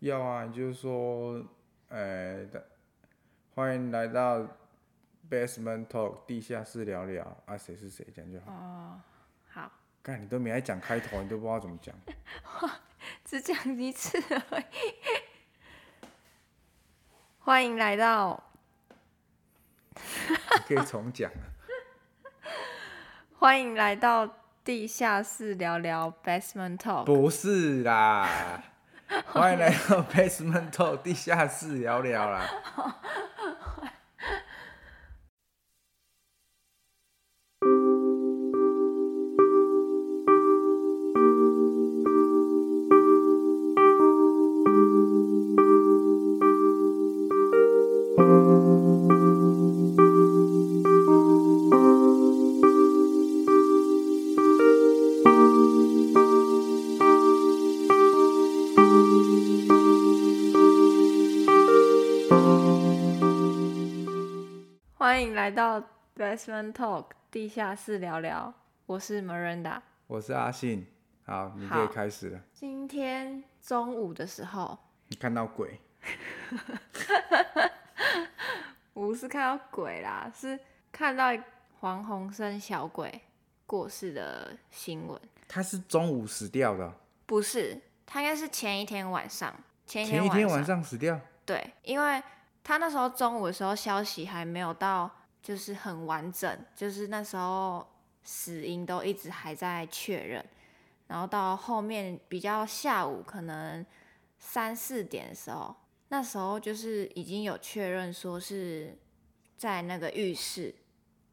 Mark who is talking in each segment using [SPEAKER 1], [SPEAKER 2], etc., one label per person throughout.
[SPEAKER 1] 要啊，你就是说，呃，的欢迎来到 Basement Talk 地下室聊聊啊，谁是谁讲就好。
[SPEAKER 2] 哦，好，
[SPEAKER 1] 干，你都没来讲开头，你都不知道怎么讲。
[SPEAKER 2] 只讲一次而已。 欢迎来到，
[SPEAKER 1] 你可以重 讲。
[SPEAKER 2] 欢迎来到地下室聊聊 Basement Talk。
[SPEAKER 1] 不是啦，欢迎来到 Basement Talk 地下室聊聊啦。
[SPEAKER 2] 欢迎来到 Basement Talk 地下室聊聊，我是 Miranda。
[SPEAKER 1] 我是阿信，好，你可以
[SPEAKER 2] 好
[SPEAKER 1] 开始了。
[SPEAKER 2] 今天中午的时候，
[SPEAKER 1] 你看到鬼？
[SPEAKER 2] 不是看到鬼啦，是看到黄鸿生小鬼过世的新闻。
[SPEAKER 1] 他是中午死掉的哦，
[SPEAKER 2] 不是，他应该是前一天晚上，前一
[SPEAKER 1] 前
[SPEAKER 2] 天
[SPEAKER 1] 一天
[SPEAKER 2] 晚
[SPEAKER 1] 晚上死掉。
[SPEAKER 2] 对，因为他那时候中午的时候消息还没有到，就是很完整，就是那时候死因都一直还在确认，然后到后面比较下午可能三四点的时候，那时候就是已经有确认说是在那个浴室，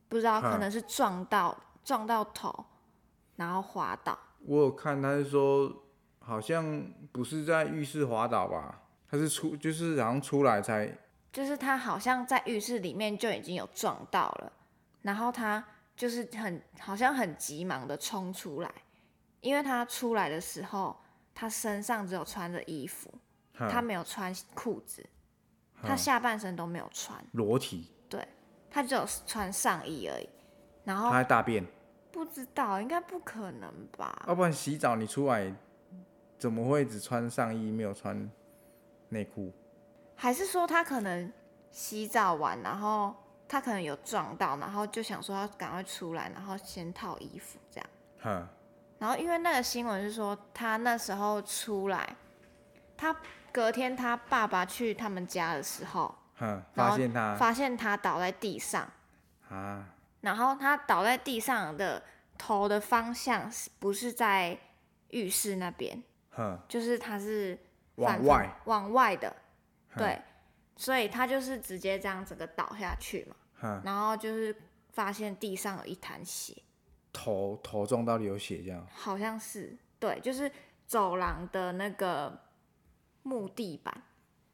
[SPEAKER 2] 不知道可
[SPEAKER 1] 嗯
[SPEAKER 2] 能是撞到撞到头，然后滑倒。
[SPEAKER 1] 我有看，他是说好像不是在浴室滑倒吧？他是出就是好像出来才
[SPEAKER 2] 就是他好像在浴室里面就已经有撞到了，然后他就是很好像很急忙的冲出来，因为他出来的时候，他身上只有穿着衣服，他
[SPEAKER 1] 哈
[SPEAKER 2] 没有穿裤子，
[SPEAKER 1] 哈
[SPEAKER 2] 他下半身都没有穿，
[SPEAKER 1] 裸体，
[SPEAKER 2] 对他只有穿上衣而已。然
[SPEAKER 1] 他
[SPEAKER 2] 后
[SPEAKER 1] 还大便，
[SPEAKER 2] 不知道，应该不可能吧？
[SPEAKER 1] 要不然洗澡你出来怎么会只穿上衣没有穿内裤？
[SPEAKER 2] 还是说他可能洗澡完，然后他可能有撞到，然后就想说要赶快出来，然后先套衣服这样。
[SPEAKER 1] 哈，
[SPEAKER 2] 然后因为那个新闻是说他那时候出来，他隔天他爸爸去他们家的时候，
[SPEAKER 1] 哈，
[SPEAKER 2] 然
[SPEAKER 1] 发
[SPEAKER 2] 后
[SPEAKER 1] 现他
[SPEAKER 2] 发现他倒在地上，
[SPEAKER 1] 啊，
[SPEAKER 2] 然后他倒在地上的头的方向是不是在浴室那边，
[SPEAKER 1] 哈，
[SPEAKER 2] 就是他是
[SPEAKER 1] 往
[SPEAKER 2] 反方
[SPEAKER 1] 外嗯
[SPEAKER 2] 往外的，
[SPEAKER 1] 哼
[SPEAKER 2] 对，所以他就是直接这样整个倒下去嘛，
[SPEAKER 1] 哈，
[SPEAKER 2] 然后就是发现地上有一滩血，
[SPEAKER 1] 头头撞到流血这样，
[SPEAKER 2] 好像是对，就是走廊的那个木地板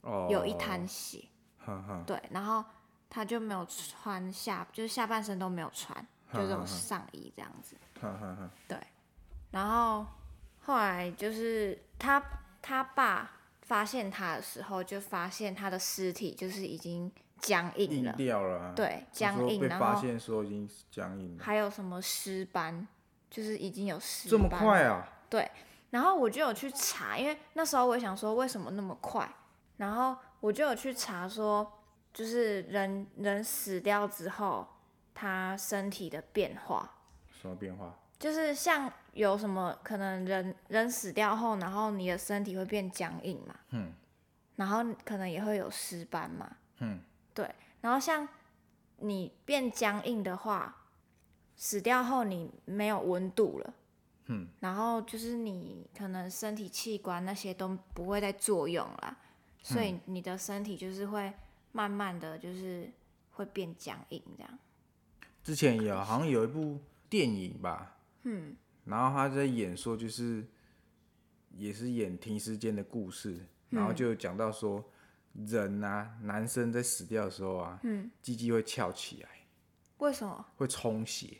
[SPEAKER 1] 哦，
[SPEAKER 2] 有一滩，血，
[SPEAKER 1] 哈哈，
[SPEAKER 2] 对，然后他就没有穿下，就是下半身都没有穿，就这种上衣这样子，
[SPEAKER 1] 哈哈哈，
[SPEAKER 2] 对，然后后来就是他他爸发现他的时候，就发现他的尸体就是已经僵硬
[SPEAKER 1] 硬
[SPEAKER 2] 了，
[SPEAKER 1] 掉了啊，
[SPEAKER 2] 对，
[SPEAKER 1] 他
[SPEAKER 2] 僵
[SPEAKER 1] 说
[SPEAKER 2] 硬，
[SPEAKER 1] 被
[SPEAKER 2] 然
[SPEAKER 1] 发
[SPEAKER 2] 后
[SPEAKER 1] 现说已经僵硬了，
[SPEAKER 2] 还有什么尸斑，就是已经有尸
[SPEAKER 1] 这么
[SPEAKER 2] 斑
[SPEAKER 1] 快啊？
[SPEAKER 2] 对，然后我就有去查，因为那时候我也想说为什么那么快，然后我就有去查说，就是人人死掉之后，他身体的变化，
[SPEAKER 1] 什么变化？
[SPEAKER 2] 就是像有什么可能人人死掉后，然后你的身体会变僵硬嘛，
[SPEAKER 1] 嗯，
[SPEAKER 2] 然后可能也会有尸斑嘛，
[SPEAKER 1] 嗯，
[SPEAKER 2] 对，然后像你变僵硬的话，死掉后你没有温度了，
[SPEAKER 1] 嗯，
[SPEAKER 2] 然后就是你可能身体器官那些都不会再作用了，所
[SPEAKER 1] 嗯
[SPEAKER 2] 以你的身体就是会慢慢的就是会变僵硬这样。
[SPEAKER 1] 之前有好像有一部电影吧，嗯，然后他在演说就是也是演停尸间的故事，
[SPEAKER 2] 嗯
[SPEAKER 1] 然后就有讲到说人啊，男生在死掉的时候啊，嗯，鸡鸡会翘起来，
[SPEAKER 2] 为什么？
[SPEAKER 1] 会充血，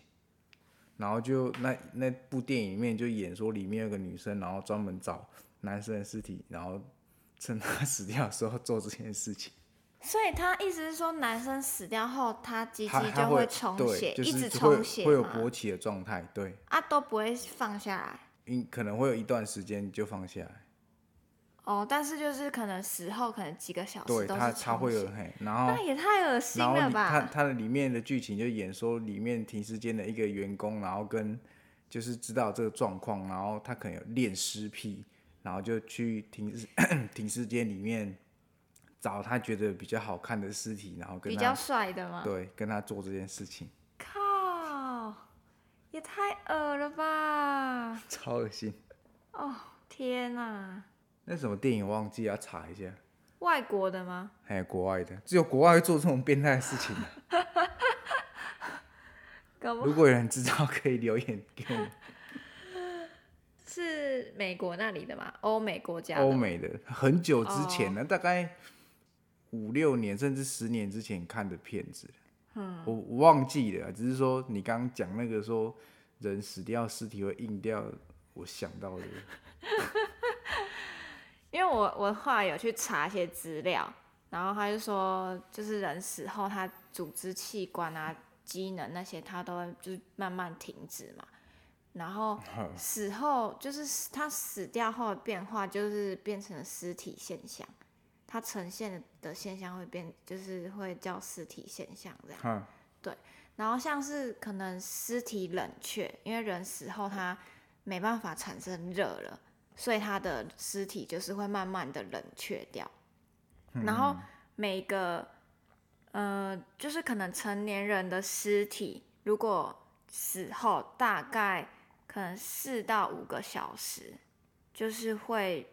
[SPEAKER 1] 然后就那那部电影里面就演说里面有个女生，然后专门找男生的尸体，然后趁他死掉的时候做这件事情，
[SPEAKER 2] 所以他意思是说，男生死掉后，他鸡
[SPEAKER 1] 他
[SPEAKER 2] 鸡
[SPEAKER 1] 他
[SPEAKER 2] 就
[SPEAKER 1] 会
[SPEAKER 2] 充
[SPEAKER 1] 对
[SPEAKER 2] 血，
[SPEAKER 1] 就
[SPEAKER 2] 一
[SPEAKER 1] 是
[SPEAKER 2] 直
[SPEAKER 1] 会
[SPEAKER 2] 充血
[SPEAKER 1] 会有
[SPEAKER 2] 嘛
[SPEAKER 1] 勃起的状态，对。
[SPEAKER 2] 啊，都不会放下来。
[SPEAKER 1] 因可能会有一段时间就放下来，
[SPEAKER 2] 哦，但是就是可能死后可能几个小时都
[SPEAKER 1] 对
[SPEAKER 2] 是
[SPEAKER 1] 他
[SPEAKER 2] 重
[SPEAKER 1] 他会有
[SPEAKER 2] 写
[SPEAKER 1] 嘿，然后
[SPEAKER 2] 那也太恶心
[SPEAKER 1] 然后
[SPEAKER 2] 了
[SPEAKER 1] 里他
[SPEAKER 2] 吧？
[SPEAKER 1] 他的里面的剧情就演说里面停尸间的一个员工，然后跟就是知道这个状况，然后他可能有恋尸癖，然后就去停尸停尸间里面找他觉得比较好看的尸体，然后跟
[SPEAKER 2] 比较
[SPEAKER 1] 他
[SPEAKER 2] 帅的吗？
[SPEAKER 1] 对跟他做这件事情，
[SPEAKER 2] 靠，也太恶了吧！
[SPEAKER 1] 超恶心。
[SPEAKER 2] 哦，天哪、
[SPEAKER 1] 那什么电影忘记要查一下，
[SPEAKER 2] 外国的吗？
[SPEAKER 1] 还有国外的，只有国外会做这种变态的事情啊。
[SPEAKER 2] 搞不
[SPEAKER 1] 如
[SPEAKER 2] 好
[SPEAKER 1] 果有人知道，可以留言给我们。
[SPEAKER 2] 是美国那里的嘛？欧美国家
[SPEAKER 1] 欧
[SPEAKER 2] 的。哦
[SPEAKER 1] 美的，很久之前了，大概五六年甚至十年之前看的片子。嗯，我我忘记了，只是说你刚刚讲那个说人死掉尸体会硬掉，我想到 的。
[SPEAKER 2] 因为我我后来有去查一些资料，然后他就说，就是人死后，他组织器官啊、机能那些，他都会就是慢慢停止嘛。然后死后就是他死掉后的变化，就是变成了尸体现象，它呈现的现象会变，就是会叫尸体现象这样。
[SPEAKER 1] 哈，
[SPEAKER 2] 然后像是可能尸体冷却，因为人死后它没办法产生热了，所以它的尸体就是会慢慢的冷却掉。然后每个呃，就是可能成年人的尸体，如果死后大概可能四到五个小时，就是会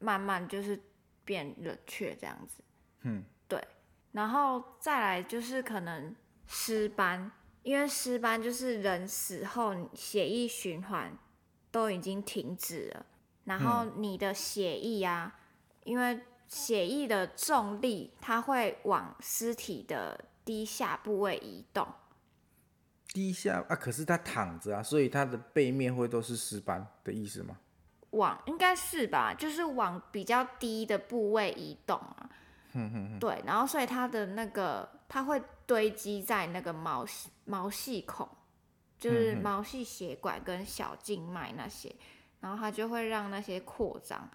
[SPEAKER 2] 慢慢就是变冷却这样子。
[SPEAKER 1] 嗯，
[SPEAKER 2] 对。然后再来就是可能尸斑，因为尸斑就是人死后血液循环都已经停止了，然后你的血液啊，因为血液的重力它会往尸体的低下部位移动，
[SPEAKER 1] 低下啊，可是他躺着啊，所以他的背面会都是尸斑的意思吗？
[SPEAKER 2] 往应该是吧，就是往比较低的部位移动啊。对，然后所以它的那个它会堆积在那个毛细毛细孔，就是
[SPEAKER 1] 嗯哼
[SPEAKER 2] 毛细血管跟小静脉那些，然后它就会让那些扩张，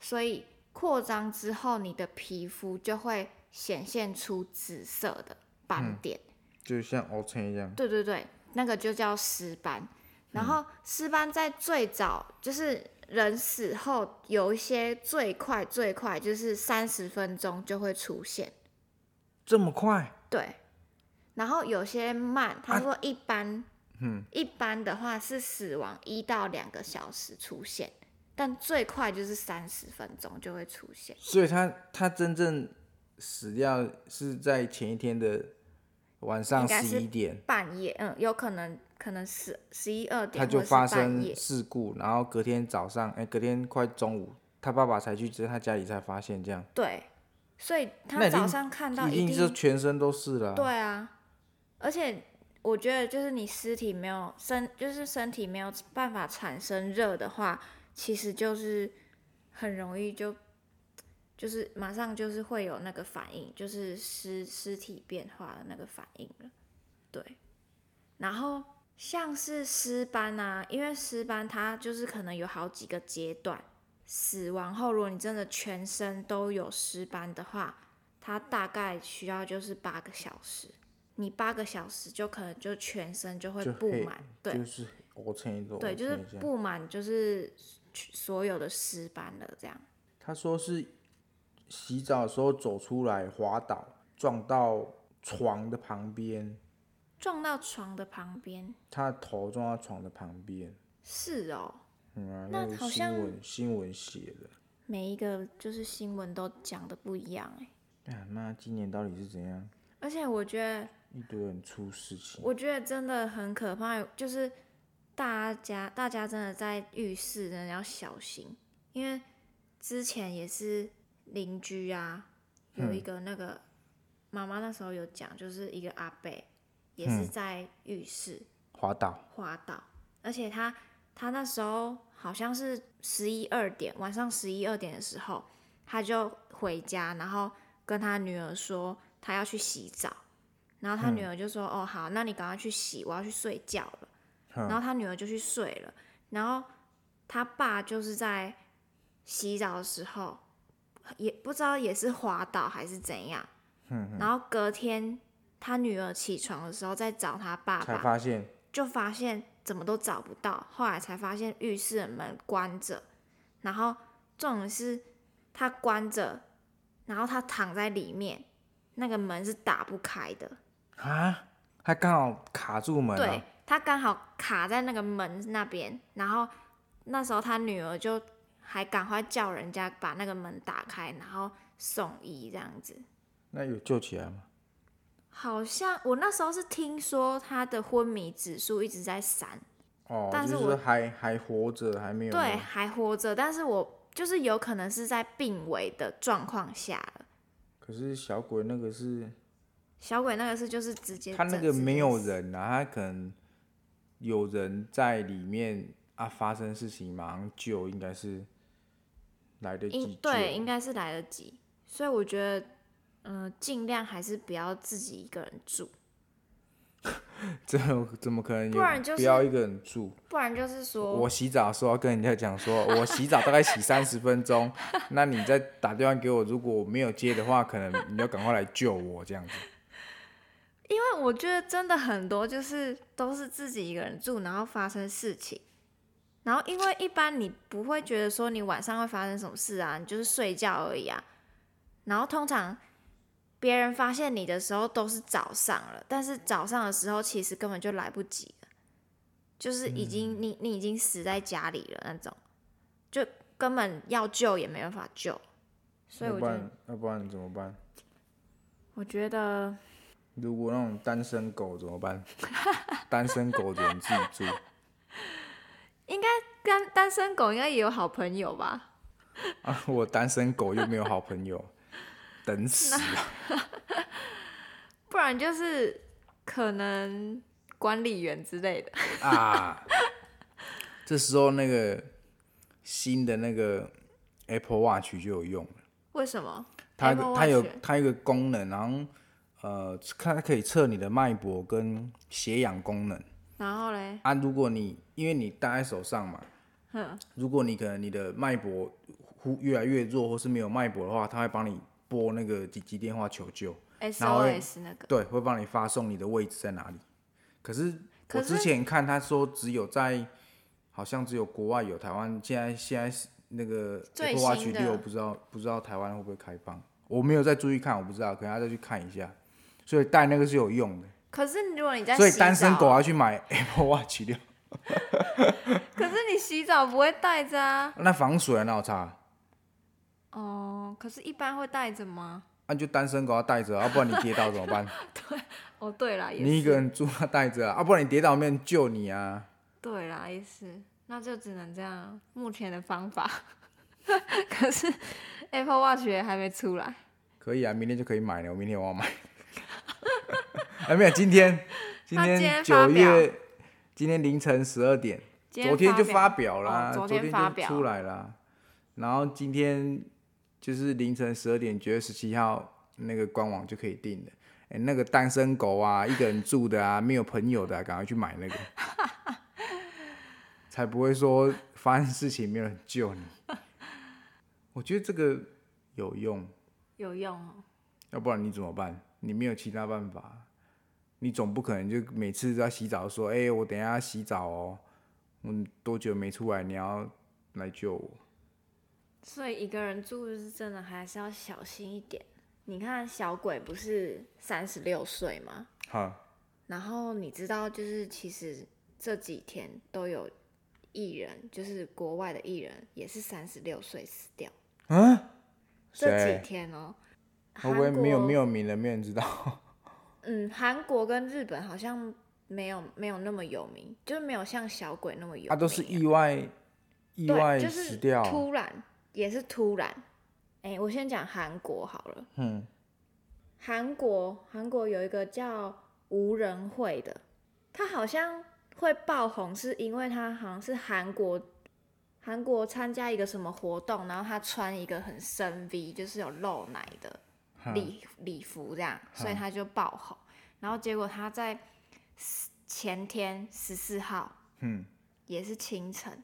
[SPEAKER 2] 所以扩张之后，你的皮肤就会显现出紫色的
[SPEAKER 1] 嗯
[SPEAKER 2] 斑点。
[SPEAKER 1] 就像 O 称一样，
[SPEAKER 2] 对对对，那个就叫尸斑。
[SPEAKER 1] 嗯
[SPEAKER 2] 然后尸斑在最早就是人死后，有一些最快最快就是三十分钟就会出现，
[SPEAKER 1] 这么快？
[SPEAKER 2] 对。然后有些慢，他
[SPEAKER 1] 啊
[SPEAKER 2] 说一般，
[SPEAKER 1] 嗯，
[SPEAKER 2] 一般的话是死亡一到两个小时出现，但最快就是三十分钟就会出现。
[SPEAKER 1] 所以他他真正死掉是在前一天的晚上
[SPEAKER 2] 应该
[SPEAKER 1] 十
[SPEAKER 2] 是
[SPEAKER 1] 一点。
[SPEAKER 2] 半夜，嗯，有可能可能十十一二点，
[SPEAKER 1] 他就
[SPEAKER 2] 或者是
[SPEAKER 1] 发
[SPEAKER 2] 半
[SPEAKER 1] 生
[SPEAKER 2] 夜
[SPEAKER 1] 事故，然后隔天早上，哎、隔天快中午，他爸爸才去知，他家里才发现这样，
[SPEAKER 2] 对，所以
[SPEAKER 1] 那
[SPEAKER 2] 他
[SPEAKER 1] 已经
[SPEAKER 2] 早上看到
[SPEAKER 1] 已
[SPEAKER 2] 一
[SPEAKER 1] 经是
[SPEAKER 2] 定
[SPEAKER 1] 全身都是了啊、
[SPEAKER 2] 对啊，而且我觉得就是你尸体没有身，就是身体没有办法产生热的话，其实就是很容易就就是马上就是会有那个反应，就是尸尸体变化的那个反应了。对，然后像是尸斑啊，因为尸斑它就是可能有好几个阶段。死亡后，如果你真的全身都有尸斑的话，它大概需要就是八个小时，你八个小时就可能就全身就会
[SPEAKER 1] 就
[SPEAKER 2] 布
[SPEAKER 1] 黑
[SPEAKER 2] 满，对，
[SPEAKER 1] 就是我成一种，
[SPEAKER 2] 对，就是
[SPEAKER 1] 我称一种
[SPEAKER 2] 布满就是所有的尸斑了，这样。
[SPEAKER 1] 他说是洗澡的时候走出来滑倒，撞到床的旁边，
[SPEAKER 2] 撞到床的旁边，
[SPEAKER 1] 他的头撞到床的旁边，
[SPEAKER 2] 是哦，
[SPEAKER 1] 嗯啊，
[SPEAKER 2] 那
[SPEAKER 1] 个
[SPEAKER 2] 好
[SPEAKER 1] 新
[SPEAKER 2] 像
[SPEAKER 1] 闻新闻写的，
[SPEAKER 2] 每一个就是新闻都讲的不一样哎、
[SPEAKER 1] 哎妈，今年到底是怎样？
[SPEAKER 2] 而且我觉得，
[SPEAKER 1] 一堆人出事情，
[SPEAKER 2] 我觉得真的很可怕，就是大家大家真的在浴室真的要小心，因为之前也是邻居啊，有一个那个、妈妈那时候有讲，就是一个阿伯也是在浴室，
[SPEAKER 1] 滑倒，
[SPEAKER 2] 滑倒，而且他他那时候好像是十一二点，晚上十一二点的时候，他就回家，然后跟他女儿说他要去洗澡，然后他女儿就说、哦好，那你赶快去洗，我要去睡觉了。
[SPEAKER 1] 嗯
[SPEAKER 2] 然后他女儿就去睡了，然后他爸就是在洗澡的时候，也不知道也是滑倒还是怎样，
[SPEAKER 1] 嗯
[SPEAKER 2] 然后隔天他女儿起床的时候再找他爸
[SPEAKER 1] 才
[SPEAKER 2] 爸，
[SPEAKER 1] 发现
[SPEAKER 2] 就发现怎么都找不到，后来才发现浴室的门关着，然后重点是他关着，然后他躺在里面，那个门是打不开的，
[SPEAKER 1] 啊，他刚好卡住门啊
[SPEAKER 2] 对
[SPEAKER 1] 了，
[SPEAKER 2] 他刚好卡在那个门那边，然后那时候他女儿就还赶快叫人家把那个门打开，然后送医这样子。
[SPEAKER 1] 那有救起来吗？
[SPEAKER 2] 好像我那时候是听说他的昏迷指数一直在闪，
[SPEAKER 1] 哦，
[SPEAKER 2] 但是
[SPEAKER 1] 就是
[SPEAKER 2] 我
[SPEAKER 1] 还还活着，还没有
[SPEAKER 2] 对，还活着，但是我就是有可能是在病危的状况下了。
[SPEAKER 1] 可是小鬼那个是，
[SPEAKER 2] 小鬼那个是就是直接
[SPEAKER 1] 他那
[SPEAKER 2] 整
[SPEAKER 1] 个
[SPEAKER 2] 直接
[SPEAKER 1] 没有
[SPEAKER 2] 死
[SPEAKER 1] 人啊，他可能有人在里面啊，发生事情马上救，应该是来得及
[SPEAKER 2] 应
[SPEAKER 1] 救。
[SPEAKER 2] 对应该是来得及，所以我觉得，嗯、尽量还是不要自己一个人住，
[SPEAKER 1] 这怎么可能有？
[SPEAKER 2] 不然就
[SPEAKER 1] 不
[SPEAKER 2] 是哦
[SPEAKER 1] 要一个人住。
[SPEAKER 2] 不然就是说
[SPEAKER 1] 我洗澡的时候要跟人家讲说， 我洗澡大概洗三十分钟，那你再打电话给我，如果我没有接的话，可能你要赶快来救我这样子。
[SPEAKER 2] 因为我觉得真的很多就是都是自己一个人住，然后发生事情，然后因为一般你不会觉得说你晚上会发生什么事啊，你就是睡觉而已啊。然后通常别人发现你的时候都是早上了，但是早上的时候其实根本就来不及了，就是已经、你你已经死在家里了那种，就根本要救也没办法救。所以
[SPEAKER 1] 要
[SPEAKER 2] 我
[SPEAKER 1] 不
[SPEAKER 2] 觉得
[SPEAKER 1] 然，要不然怎么办？
[SPEAKER 2] 我觉得
[SPEAKER 1] 如果那种单身狗怎么办？ 单身狗只能自己住。
[SPEAKER 2] 单单身狗应该也有好朋友吧。
[SPEAKER 1] 啊，我单身狗又没有好朋友，等死啊！
[SPEAKER 2] 不然就是可能管理员之类的。
[SPEAKER 1] 啊这时候那个新的那个 Apple Watch 就有用了，
[SPEAKER 2] 为什么？
[SPEAKER 1] 它有个
[SPEAKER 2] Apple
[SPEAKER 1] 它有
[SPEAKER 2] Watch
[SPEAKER 1] 它有一个功能，然后呃，看它可以测你的脉搏跟血氧功能
[SPEAKER 2] 然后嘞，
[SPEAKER 1] 啊。如果你因为你戴在手上嘛，如果你可能你的脉搏忽越来越弱，或是没有脉搏的话，它会帮你拨那个紧急电话求救。然后嘞
[SPEAKER 2] SOS 那个，
[SPEAKER 1] 对，会帮你发送你的位置在哪里。可是我
[SPEAKER 2] 可
[SPEAKER 1] 之
[SPEAKER 2] 是
[SPEAKER 1] 前看他说只有在，好像只有国外有，台湾现在现在是那个
[SPEAKER 2] 最
[SPEAKER 1] Apple Watch
[SPEAKER 2] 新的
[SPEAKER 1] 六不知道不知道台湾会不会开放，我没有再注意看，我不知道，可能要再去看一下。所以戴那个是有用的，
[SPEAKER 2] 可是如果你在
[SPEAKER 1] 所以
[SPEAKER 2] 洗
[SPEAKER 1] 单身
[SPEAKER 2] 澡啊
[SPEAKER 1] 狗啊要去买 Apple Watch 六，
[SPEAKER 2] 可是你洗澡不会带着啊。
[SPEAKER 1] 那防水啊那有差，
[SPEAKER 2] 哦，可是一般会带着吗？
[SPEAKER 1] 那、啊你就单身狗要带着啊，不然你跌倒怎么办？
[SPEAKER 2] 哦，对啦， 也是。
[SPEAKER 1] 你一个人住要带着啊，啊不然你跌倒没人救你啊。
[SPEAKER 2] 对啦，也是。那就只能这样，目前的方法。 可是 Apple Watch 也还没出来，
[SPEAKER 1] 可以啊，明天就可以买了。我明天我要买。 哎，没有，今天今
[SPEAKER 2] 他今
[SPEAKER 1] 天
[SPEAKER 2] 天
[SPEAKER 1] 九
[SPEAKER 2] 发表
[SPEAKER 1] 月，今天凌晨十二点，昨天就发表啦，
[SPEAKER 2] 哦
[SPEAKER 1] 昨
[SPEAKER 2] 昨
[SPEAKER 1] 天
[SPEAKER 2] 天发表
[SPEAKER 1] 就出来啦。然后今天就是凌晨十二点，九月十七号那个官网就可以订了。哎，那个单身狗啊，一个人住的啊，没有朋友的、啊，赶快去买 那个，才不会说发生事情没有人救你。我觉得这个有用。
[SPEAKER 2] 有用哦。
[SPEAKER 1] 要不然你怎么办？你没有其他办法，你总不可能就每次在洗澡说：“哎、我等一下洗澡哦，嗯，多久没出来？你要来救我。
[SPEAKER 2] 所以一个人住是真的还是要小心一点。你看小鬼不是三十六岁吗？”
[SPEAKER 1] 哈，
[SPEAKER 2] 然后你知道，就是其实这几天都有艺人，就是国外的艺人，也是三十六岁死掉。
[SPEAKER 1] 嗯，
[SPEAKER 2] 这几
[SPEAKER 1] 谁？
[SPEAKER 2] 天哦，
[SPEAKER 1] 会不会
[SPEAKER 2] 韩国
[SPEAKER 1] 没有没有名的，没有人知道？
[SPEAKER 2] 嗯，韩国跟日本好像没有没有那么有名，就是没有像小鬼那么有名
[SPEAKER 1] 他、
[SPEAKER 2] 啊、
[SPEAKER 1] 都是意外意外
[SPEAKER 2] 对就
[SPEAKER 1] 死
[SPEAKER 2] 是
[SPEAKER 1] 掉。
[SPEAKER 2] 突然也是突然。哎，我先讲韩国好了，
[SPEAKER 1] 嗯，
[SPEAKER 2] 韩国韩国有一个叫无人会的，他好像会爆红，是因为他好像是韩国韩国参加一个什么活动，然后他穿一个很深 V，就是有露奶的
[SPEAKER 1] 哼
[SPEAKER 2] 礼礼服这样，所以他就爆红。然后结果他在10前天十四号
[SPEAKER 1] 嗯，
[SPEAKER 2] 也是清晨，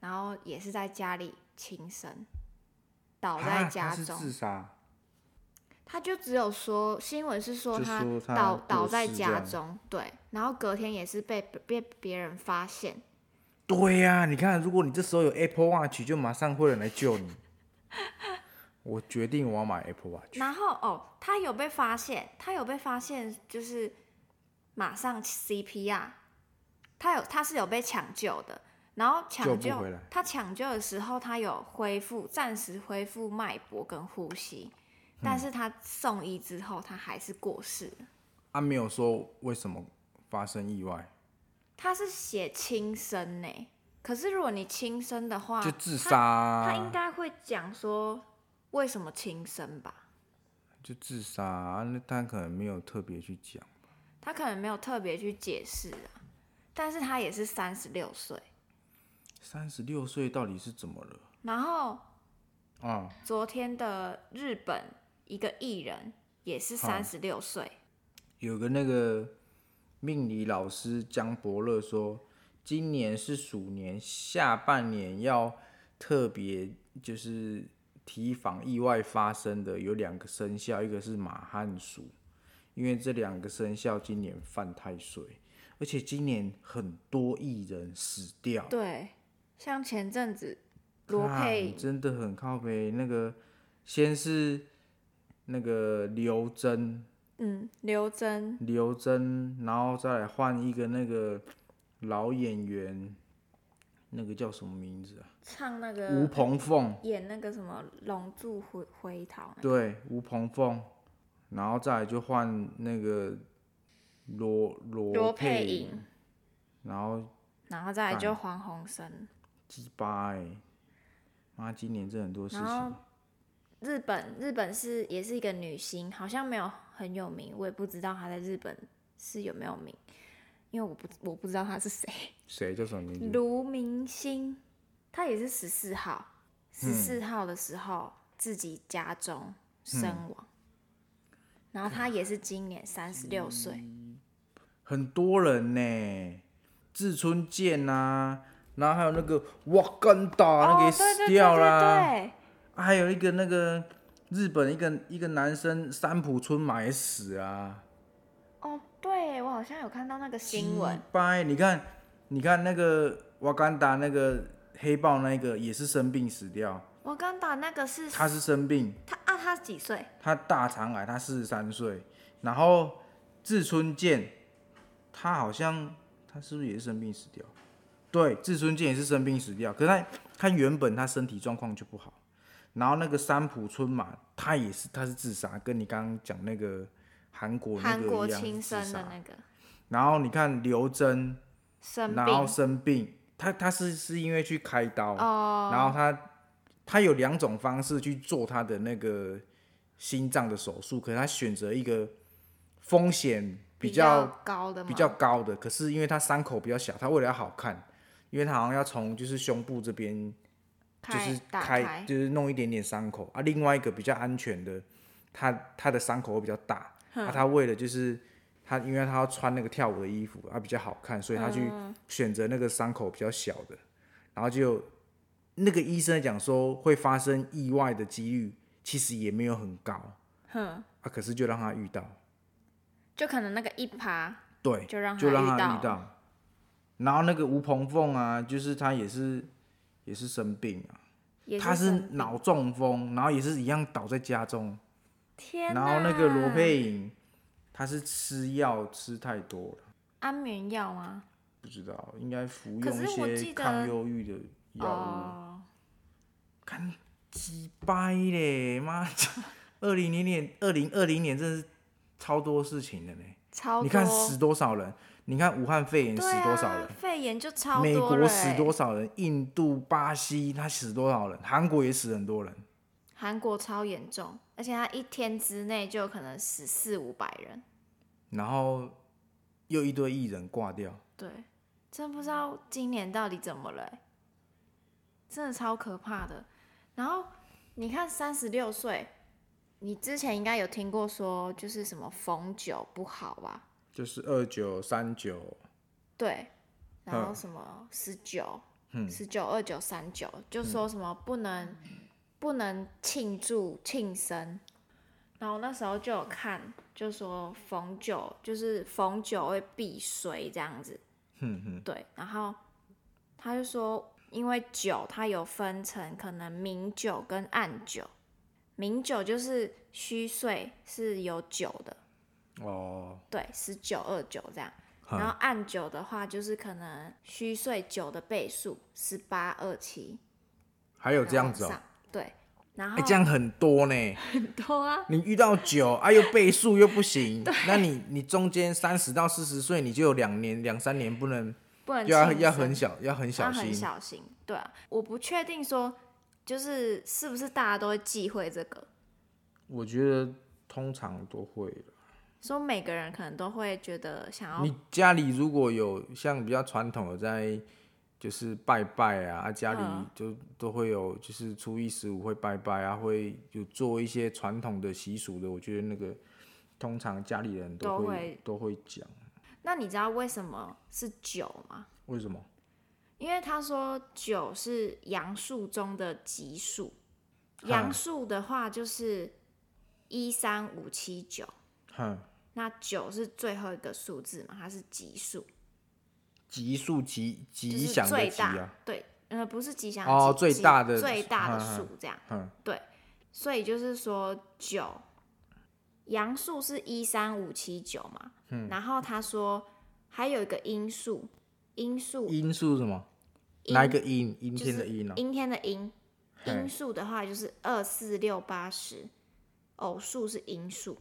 [SPEAKER 2] 然后也是在家里轻生，倒
[SPEAKER 1] 啊
[SPEAKER 2] 在
[SPEAKER 1] 他
[SPEAKER 2] 家
[SPEAKER 1] 是
[SPEAKER 2] 中。
[SPEAKER 1] 自杀，
[SPEAKER 2] 他就只有说新闻是说
[SPEAKER 1] 就
[SPEAKER 2] 他
[SPEAKER 1] 说他
[SPEAKER 2] 倒
[SPEAKER 1] 过
[SPEAKER 2] 倒在
[SPEAKER 1] 世这
[SPEAKER 2] 家
[SPEAKER 1] 样
[SPEAKER 2] 中，对，然后隔天也是被被别人发现，
[SPEAKER 1] 对呀、你看，如果你这时候有 Apple Watch，就马上会有人来救你。 我决定我要买 Apple Watch，
[SPEAKER 2] 然后哦，他有被发现，他有被发现，就是马上 CPR，他有他是有被抢救的，然后抢
[SPEAKER 1] 救
[SPEAKER 2] 救
[SPEAKER 1] 不回来
[SPEAKER 2] 他抢救的时候，他有恢复，暂时恢复脉搏跟呼吸，
[SPEAKER 1] 嗯
[SPEAKER 2] 但是他送医之后，他还是过世了。
[SPEAKER 1] 他、没有说为什么发生意外，
[SPEAKER 2] 他是写轻生呢、可是如果你轻生的话，
[SPEAKER 1] 就自
[SPEAKER 2] 啊他
[SPEAKER 1] 杀、
[SPEAKER 2] 他应
[SPEAKER 1] 啊，
[SPEAKER 2] 该会讲说为什么轻生吧？
[SPEAKER 1] 就自杀、啊，那他可能没有特别去讲。
[SPEAKER 2] 他可能没有特别去解释啊，但是他也是三十六岁。
[SPEAKER 1] 三十六岁到底是怎么了
[SPEAKER 2] 然后
[SPEAKER 1] 啊？
[SPEAKER 2] 昨天的日本一个艺人也
[SPEAKER 1] 嗯
[SPEAKER 2] 是三十六岁，
[SPEAKER 1] 有个那个命理老师江伯乐说，今年是鼠年，下半年要特别就是提防意外发生的有两个生肖，一个是马和鼠，因为这两个生肖今年犯太岁，而且今年很多艺人死掉。
[SPEAKER 2] 对，像前阵子罗
[SPEAKER 1] 看
[SPEAKER 2] 佩
[SPEAKER 1] 真的很靠北，那个先是那个刘真，
[SPEAKER 2] 嗯刘真
[SPEAKER 1] 刘真，然后再来换一个那个老演员，那个叫什么名字啊？
[SPEAKER 2] 唱那
[SPEAKER 1] 吴
[SPEAKER 2] 个
[SPEAKER 1] 鹏凤，
[SPEAKER 2] 演那个什么《龙柱回回逃》那个，
[SPEAKER 1] 对，吴鹏凤，然后再来就换那个罗罗
[SPEAKER 2] 罗佩
[SPEAKER 1] 佩
[SPEAKER 2] 颖
[SPEAKER 1] 颖，然后
[SPEAKER 2] 然后再来就黄鸿升，
[SPEAKER 1] 鸡巴哎，妈，今年这很多事
[SPEAKER 2] 然
[SPEAKER 1] 情
[SPEAKER 2] 后，日本日本是也是一个女星，好像没有很有名，我也不知道她在日本是有没有名，因为我不我不知道她是谁。
[SPEAKER 1] 谁叫什么名字？
[SPEAKER 2] 卢明星，她也是十四号，十
[SPEAKER 1] 嗯
[SPEAKER 2] 四号的时候自己家中身亡，然后她也是今年三十六岁，
[SPEAKER 1] 嗯很多人呢，志村健呐、啊然后还有那个瓦干达那个也
[SPEAKER 2] 哦，对
[SPEAKER 1] 死
[SPEAKER 2] 对对
[SPEAKER 1] 掉啦。
[SPEAKER 2] 对
[SPEAKER 1] 还有一个那个日本一个一个男生三浦春马也死啊，
[SPEAKER 2] 对，哦，对我好像有看到那个新闻
[SPEAKER 1] 鸡，掰，你看，你看那个瓦干达那个黑豹那个也是生病死掉，
[SPEAKER 2] 我刚打那个是
[SPEAKER 1] 他是生病，
[SPEAKER 2] 她啊，她几岁？
[SPEAKER 1] 他大肠癌，他四十三岁，然后志村健，他好像他是不是也是生病死掉？对，志村健也是生病死掉，可是他他原本他身体状况就不好，然后那个三浦春马，他也是他是自杀，跟你刚刚讲那个韩国那
[SPEAKER 2] 韩
[SPEAKER 1] 个
[SPEAKER 2] 国
[SPEAKER 1] 一样
[SPEAKER 2] 亲
[SPEAKER 1] 是自
[SPEAKER 2] 生的
[SPEAKER 1] 杀，
[SPEAKER 2] 那个
[SPEAKER 1] 然后你看刘真，
[SPEAKER 2] 生
[SPEAKER 1] 然后
[SPEAKER 2] 病
[SPEAKER 1] 生病，他他是是因为去开刀，
[SPEAKER 2] 哦，
[SPEAKER 1] 然后他他有两种方式去做他的那个心脏的手术，可是他选择一个风险比较
[SPEAKER 2] 高的嘛，
[SPEAKER 1] 比较高的，可是因为他伤口比较小，他为了要好看，因为他好像要从就是胸部这边就
[SPEAKER 2] 开
[SPEAKER 1] 是
[SPEAKER 2] 打
[SPEAKER 1] 开就是弄一点点伤口啊，另外一个比较安全的，他他的伤口会比较大，啊，他为了就是。他因为他要穿那个跳舞的衣服，啊比较好看，所以他去
[SPEAKER 2] 嗯
[SPEAKER 1] 选择那个伤口比较小的，然后就那个医生讲说会发生意外的几率其实也没有很高，
[SPEAKER 2] 哼，
[SPEAKER 1] 啊，可是就让他遇到，
[SPEAKER 2] 就可能那个一爬
[SPEAKER 1] 对，
[SPEAKER 2] 就让
[SPEAKER 1] 就让
[SPEAKER 2] 遇
[SPEAKER 1] 他遇到。然后那个吴鹏凤啊，就是他也是也是生病啊，
[SPEAKER 2] 也
[SPEAKER 1] 他是
[SPEAKER 2] 生病
[SPEAKER 1] 脑中风，然后也是一样倒在家中。
[SPEAKER 2] 天
[SPEAKER 1] 然
[SPEAKER 2] 哪，
[SPEAKER 1] 后那个罗佩颖，他是吃药吃太多了，
[SPEAKER 2] 安眠药吗？
[SPEAKER 1] 不知道应该服
[SPEAKER 2] 可
[SPEAKER 1] 用
[SPEAKER 2] 是
[SPEAKER 1] 一
[SPEAKER 2] 我
[SPEAKER 1] 些
[SPEAKER 2] 记得
[SPEAKER 1] 抗忧郁的药物。
[SPEAKER 2] 哦，
[SPEAKER 1] 看鸡掰嘞，妈！二零零年、二零二零年真是超多事情的呢。
[SPEAKER 2] 超多
[SPEAKER 1] 你看死多少人？你看武汉肺炎死
[SPEAKER 2] 对
[SPEAKER 1] 多少人
[SPEAKER 2] 啊？？肺炎就超
[SPEAKER 1] 美
[SPEAKER 2] 多
[SPEAKER 1] 国
[SPEAKER 2] 了
[SPEAKER 1] 死
[SPEAKER 2] 欸
[SPEAKER 1] 多，少人？印度、巴西他死多少人？韩国也死很多人。
[SPEAKER 2] 韩国超严重，而且他一天之内就可能死四五百人，
[SPEAKER 1] 然后又一堆艺人挂掉，
[SPEAKER 2] 对，真不知道今年到底怎么了欸、真的超可怕的。然后你看三十六岁，你之前应该有听过说就是什么逢九不好吧？
[SPEAKER 1] 就是二九、三九，
[SPEAKER 2] 对，然后
[SPEAKER 1] 嗯
[SPEAKER 2] 什么十九、十九、二九、三九，就说什么不能不能庆祝庆生，然后那时候就有看，就说逢九就是逢九会避衰这样子，
[SPEAKER 1] 哼哼，
[SPEAKER 2] 对，然后他就说，因为酒它有分成可能明酒跟暗酒，明酒就是虚岁是有酒的，
[SPEAKER 1] 哦，
[SPEAKER 2] 对，十九二九这样，
[SPEAKER 1] 哼
[SPEAKER 2] 然后暗酒的话就是可能虚岁九的倍数十八二七，
[SPEAKER 1] 还有这样子哦、
[SPEAKER 2] 上对，然后
[SPEAKER 1] 哎、这样很多呢。
[SPEAKER 2] 很多啊，
[SPEAKER 1] 你遇到酒啊，又倍数又不 行，那你你中间三十到四十岁，你就有两年两三年不能，
[SPEAKER 2] 不能
[SPEAKER 1] 要
[SPEAKER 2] 庆
[SPEAKER 1] 要
[SPEAKER 2] 生
[SPEAKER 1] 很小，要很
[SPEAKER 2] 要
[SPEAKER 1] 小
[SPEAKER 2] 很
[SPEAKER 1] 心。
[SPEAKER 2] 小心，对啊，我不确定说就是是不是大家都会忌讳这个，
[SPEAKER 1] 我觉得通常都会啦
[SPEAKER 2] 说每个人可能都会觉得想要
[SPEAKER 1] 你家里如果有像比较传统的在就是拜拜啊，啊家里
[SPEAKER 2] 嗯
[SPEAKER 1] 就都会有就是初一十五会拜拜啊，会有做一些传统的习俗的，我觉得那个通常家里人都
[SPEAKER 2] 都
[SPEAKER 1] 会
[SPEAKER 2] 会
[SPEAKER 1] 都会讲。
[SPEAKER 2] 那你知道为什么是九吗？
[SPEAKER 1] 为什么？
[SPEAKER 2] 因为他说九是阳数中的奇数，
[SPEAKER 1] 哈
[SPEAKER 2] 阳数的话就是一三五七九，
[SPEAKER 1] 哼，
[SPEAKER 2] 那九是最后一个数字嘛，它是奇数，
[SPEAKER 1] 吉数吉
[SPEAKER 2] 就
[SPEAKER 1] 吉
[SPEAKER 2] 是
[SPEAKER 1] 祥的
[SPEAKER 2] 最
[SPEAKER 1] 吉
[SPEAKER 2] 大，
[SPEAKER 1] 啊，
[SPEAKER 2] 对，呃，不是吉祥
[SPEAKER 1] 哦
[SPEAKER 2] 吉
[SPEAKER 1] 最
[SPEAKER 2] 吉
[SPEAKER 1] 大的
[SPEAKER 2] 最大的
[SPEAKER 1] 哈哈
[SPEAKER 2] 数这样，
[SPEAKER 1] 哼。
[SPEAKER 2] 对，所以就是说九，阳数是一三五七九嘛，
[SPEAKER 1] 嗯
[SPEAKER 2] 然后他说还有一个阴数，阴数
[SPEAKER 1] 因素是什么？
[SPEAKER 2] 因
[SPEAKER 1] 哪一个因？阴
[SPEAKER 2] 就是
[SPEAKER 1] 天的阴啊？
[SPEAKER 2] 阴天的阴，
[SPEAKER 1] 嘿
[SPEAKER 2] 阴数的话就是二四六八十，偶数是阴数，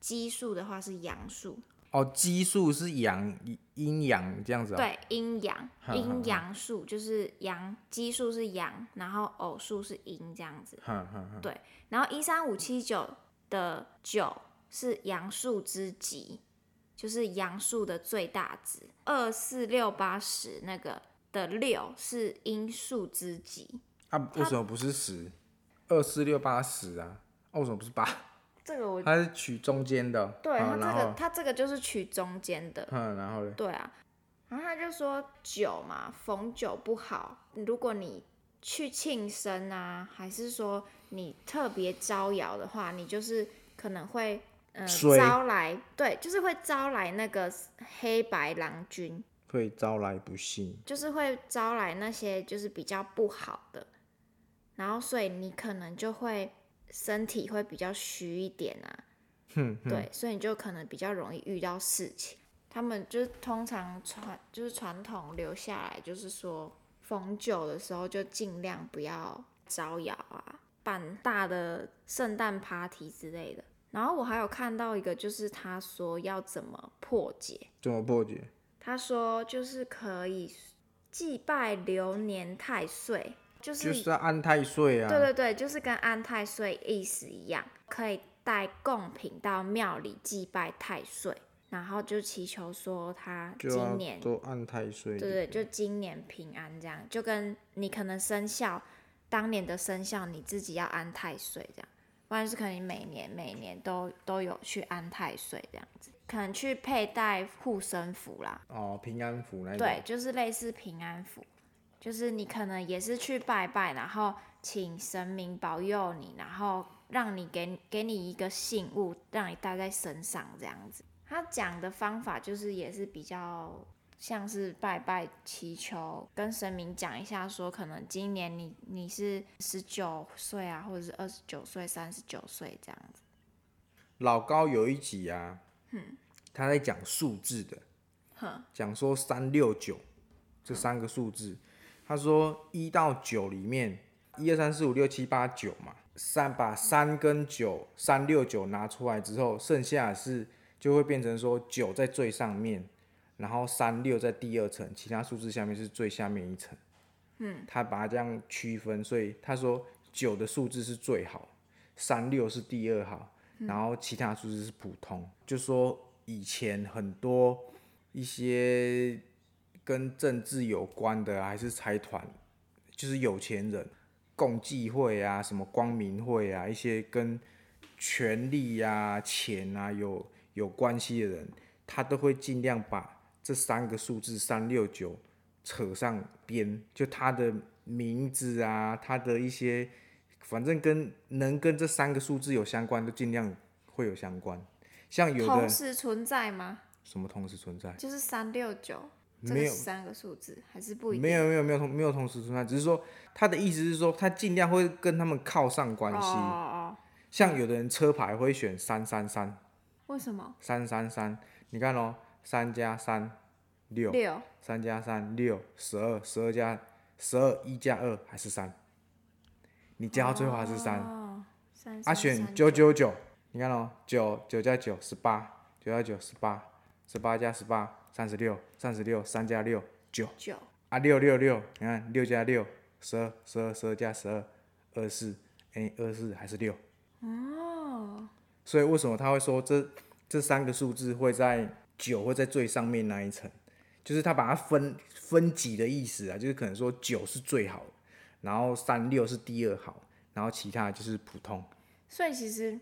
[SPEAKER 2] 奇数的话是阳数，
[SPEAKER 1] 哦，激素是阳阴阳这样子啊、
[SPEAKER 2] 对，阴 阳
[SPEAKER 1] 哈哈哈
[SPEAKER 2] 阴阳数就是阳，奇数是阳，然后偶数是阴这样子，
[SPEAKER 1] 哼哼哼，
[SPEAKER 2] 对，然后一三五七九的九是阳数之极，就是阳数的最大值，二四六八十那个的六是阴数之极，
[SPEAKER 1] 啊，为什么不是十？二四六八十啊？啊为什么不是八？
[SPEAKER 2] 这个我
[SPEAKER 1] 它是取中间的。
[SPEAKER 2] 对
[SPEAKER 1] 啊
[SPEAKER 2] 他
[SPEAKER 1] 然
[SPEAKER 2] 这个
[SPEAKER 1] 后，
[SPEAKER 2] 他这个就是取中间的，
[SPEAKER 1] 嗯，然后嘞，
[SPEAKER 2] 对啊，然后他就说酒嘛，逢酒不好，如果你去庆生啊，还是说你特别招摇的话，你就是可能会嗯、呃
[SPEAKER 1] 衰
[SPEAKER 2] 招来对，就是会招来那个黑白郎君，
[SPEAKER 1] 会招来不幸。
[SPEAKER 2] 就是会招来那些就是比较不好的，然后所以你可能就会身体会比较虚一点啊，
[SPEAKER 1] 哼，哼
[SPEAKER 2] 对，所以你就可能比较容易遇到事情。他们就是通常传就是传统留下来，就是说逢九的时候就尽量不要招摇啊，办大的圣诞 party 之类的。然后我还有看到一个，就是他说要怎么破解，
[SPEAKER 1] 怎么破解？
[SPEAKER 2] 他说就是可以祭拜流年太岁，就是
[SPEAKER 1] 就是要安太岁啊。
[SPEAKER 2] 对对对，就是跟安太岁意思一样，可以带贡品到庙里祭拜太岁，然后就祈求说他
[SPEAKER 1] 就
[SPEAKER 2] 今年
[SPEAKER 1] 要做安太岁。
[SPEAKER 2] 对对，就今年平安这样，就跟你可能生肖当年的生肖你自己要安太岁这样，不然就是可能你每年每年都都有去安太岁这样子，可能去佩戴护身符啦，
[SPEAKER 1] 哦，平安符那一种
[SPEAKER 2] 对，，就是类似平安符，就是你可能也是去拜拜，然后请神明保佑你，然后让你给给你一个信物，让你带在身上这样子。他讲的方法就是也是比较像是拜拜祈求，跟神明讲一下说，可能今年你你是十九岁啊，或者是二十九岁、三十九岁这样子。
[SPEAKER 1] 老高有一集啊，他在讲数字的，讲说三六九这三个数字，他说一到九里面，一二三四五六七八九嘛，三把三跟九三六九拿出来之后，剩下的是就会变成说九在最上面，然后三六在第二层，其他数字下面是最下面一层。嗯，他把它这样区分，所以他说九的数字是最好，三六是第二好，然后其他数字是普通。就说以前很多一些跟政治有关的、啊，还是财团，就是有钱人共济会啊，什么光明会啊，一些跟权力啊、钱啊有有关系的人，他都会尽量把这三个数字三六九扯上边，就他的名字啊，他的一些反正跟能跟这三个数字有相关，就尽量会有相关。像有的
[SPEAKER 2] 同时存在吗？
[SPEAKER 1] 什么同时存在，
[SPEAKER 2] 就是三六九这
[SPEAKER 1] 没
[SPEAKER 2] 个
[SPEAKER 1] 有
[SPEAKER 2] 三个数字，还是不一定？
[SPEAKER 1] 没有没有没有同没有同时存在，只是说他的意思是说他尽量会跟他们靠上关
[SPEAKER 2] 哦
[SPEAKER 1] 系。
[SPEAKER 2] 哦哦，
[SPEAKER 1] 像有的人车牌会选三三三
[SPEAKER 2] 为什么
[SPEAKER 1] 三三三，你看哦，三加三六，
[SPEAKER 2] 六？
[SPEAKER 1] 三加三六十二，十二加十二一加二还是三？你加到最后还是三、
[SPEAKER 2] 哦三
[SPEAKER 1] 啊，
[SPEAKER 2] 三
[SPEAKER 1] 选
[SPEAKER 2] 三
[SPEAKER 1] 九九九，你看哦，九九加九十八，九加九十八，十八加十八三十六，三十六三加六九
[SPEAKER 2] 九，
[SPEAKER 1] 啊，六六六，你看六加六十二，十二十二加十二二四，哎，二四还是六。
[SPEAKER 2] 哦，
[SPEAKER 1] 所以为什么他会说这这三个数字会在九会在最上面那一层？就是他把它分分级的意思啊，就是可能说九是最好的，然后三六是第二好，然后其他就是普通。
[SPEAKER 2] 所以其实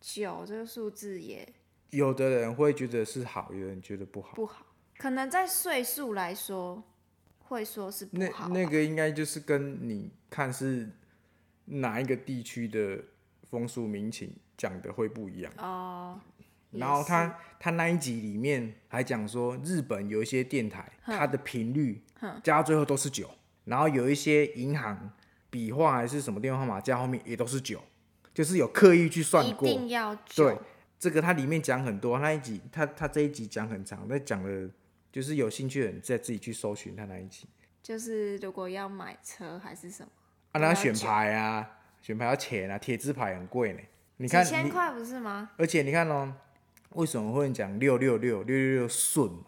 [SPEAKER 2] 九这个数字也
[SPEAKER 1] 有的人会觉得是好，有的人觉得不好。
[SPEAKER 2] 不好，可能在岁数来说会说是不
[SPEAKER 1] 那
[SPEAKER 2] 好吧。
[SPEAKER 1] 那个应该就是跟你看是哪一个地区的风俗民情讲的会不一样。
[SPEAKER 2] 哦，也
[SPEAKER 1] 然后
[SPEAKER 2] 是
[SPEAKER 1] 他他那一集里面还讲说，日本有一些电台，它的频率加到最后都是九，然后有一些银行笔画还是什么电话号码加后面也都是九，就是有刻意去算
[SPEAKER 2] 一
[SPEAKER 1] 过。
[SPEAKER 2] 定要
[SPEAKER 1] 对
[SPEAKER 2] 九，，
[SPEAKER 1] 这个它里面讲很多，那一集他他这一集讲很长，那讲了就是有兴趣的人再自己去搜寻他那一集
[SPEAKER 2] 就是如果要买车还是什么，
[SPEAKER 1] 啊，那
[SPEAKER 2] 了
[SPEAKER 1] 选
[SPEAKER 2] 解
[SPEAKER 1] 牌啊，选牌要钱啊，铁字牌很贵呢。你
[SPEAKER 2] 几
[SPEAKER 1] 看，
[SPEAKER 2] 千
[SPEAKER 1] 你
[SPEAKER 2] 块不是吗？
[SPEAKER 1] 而且你看哦，为什么会讲六六六六六六顺嘛？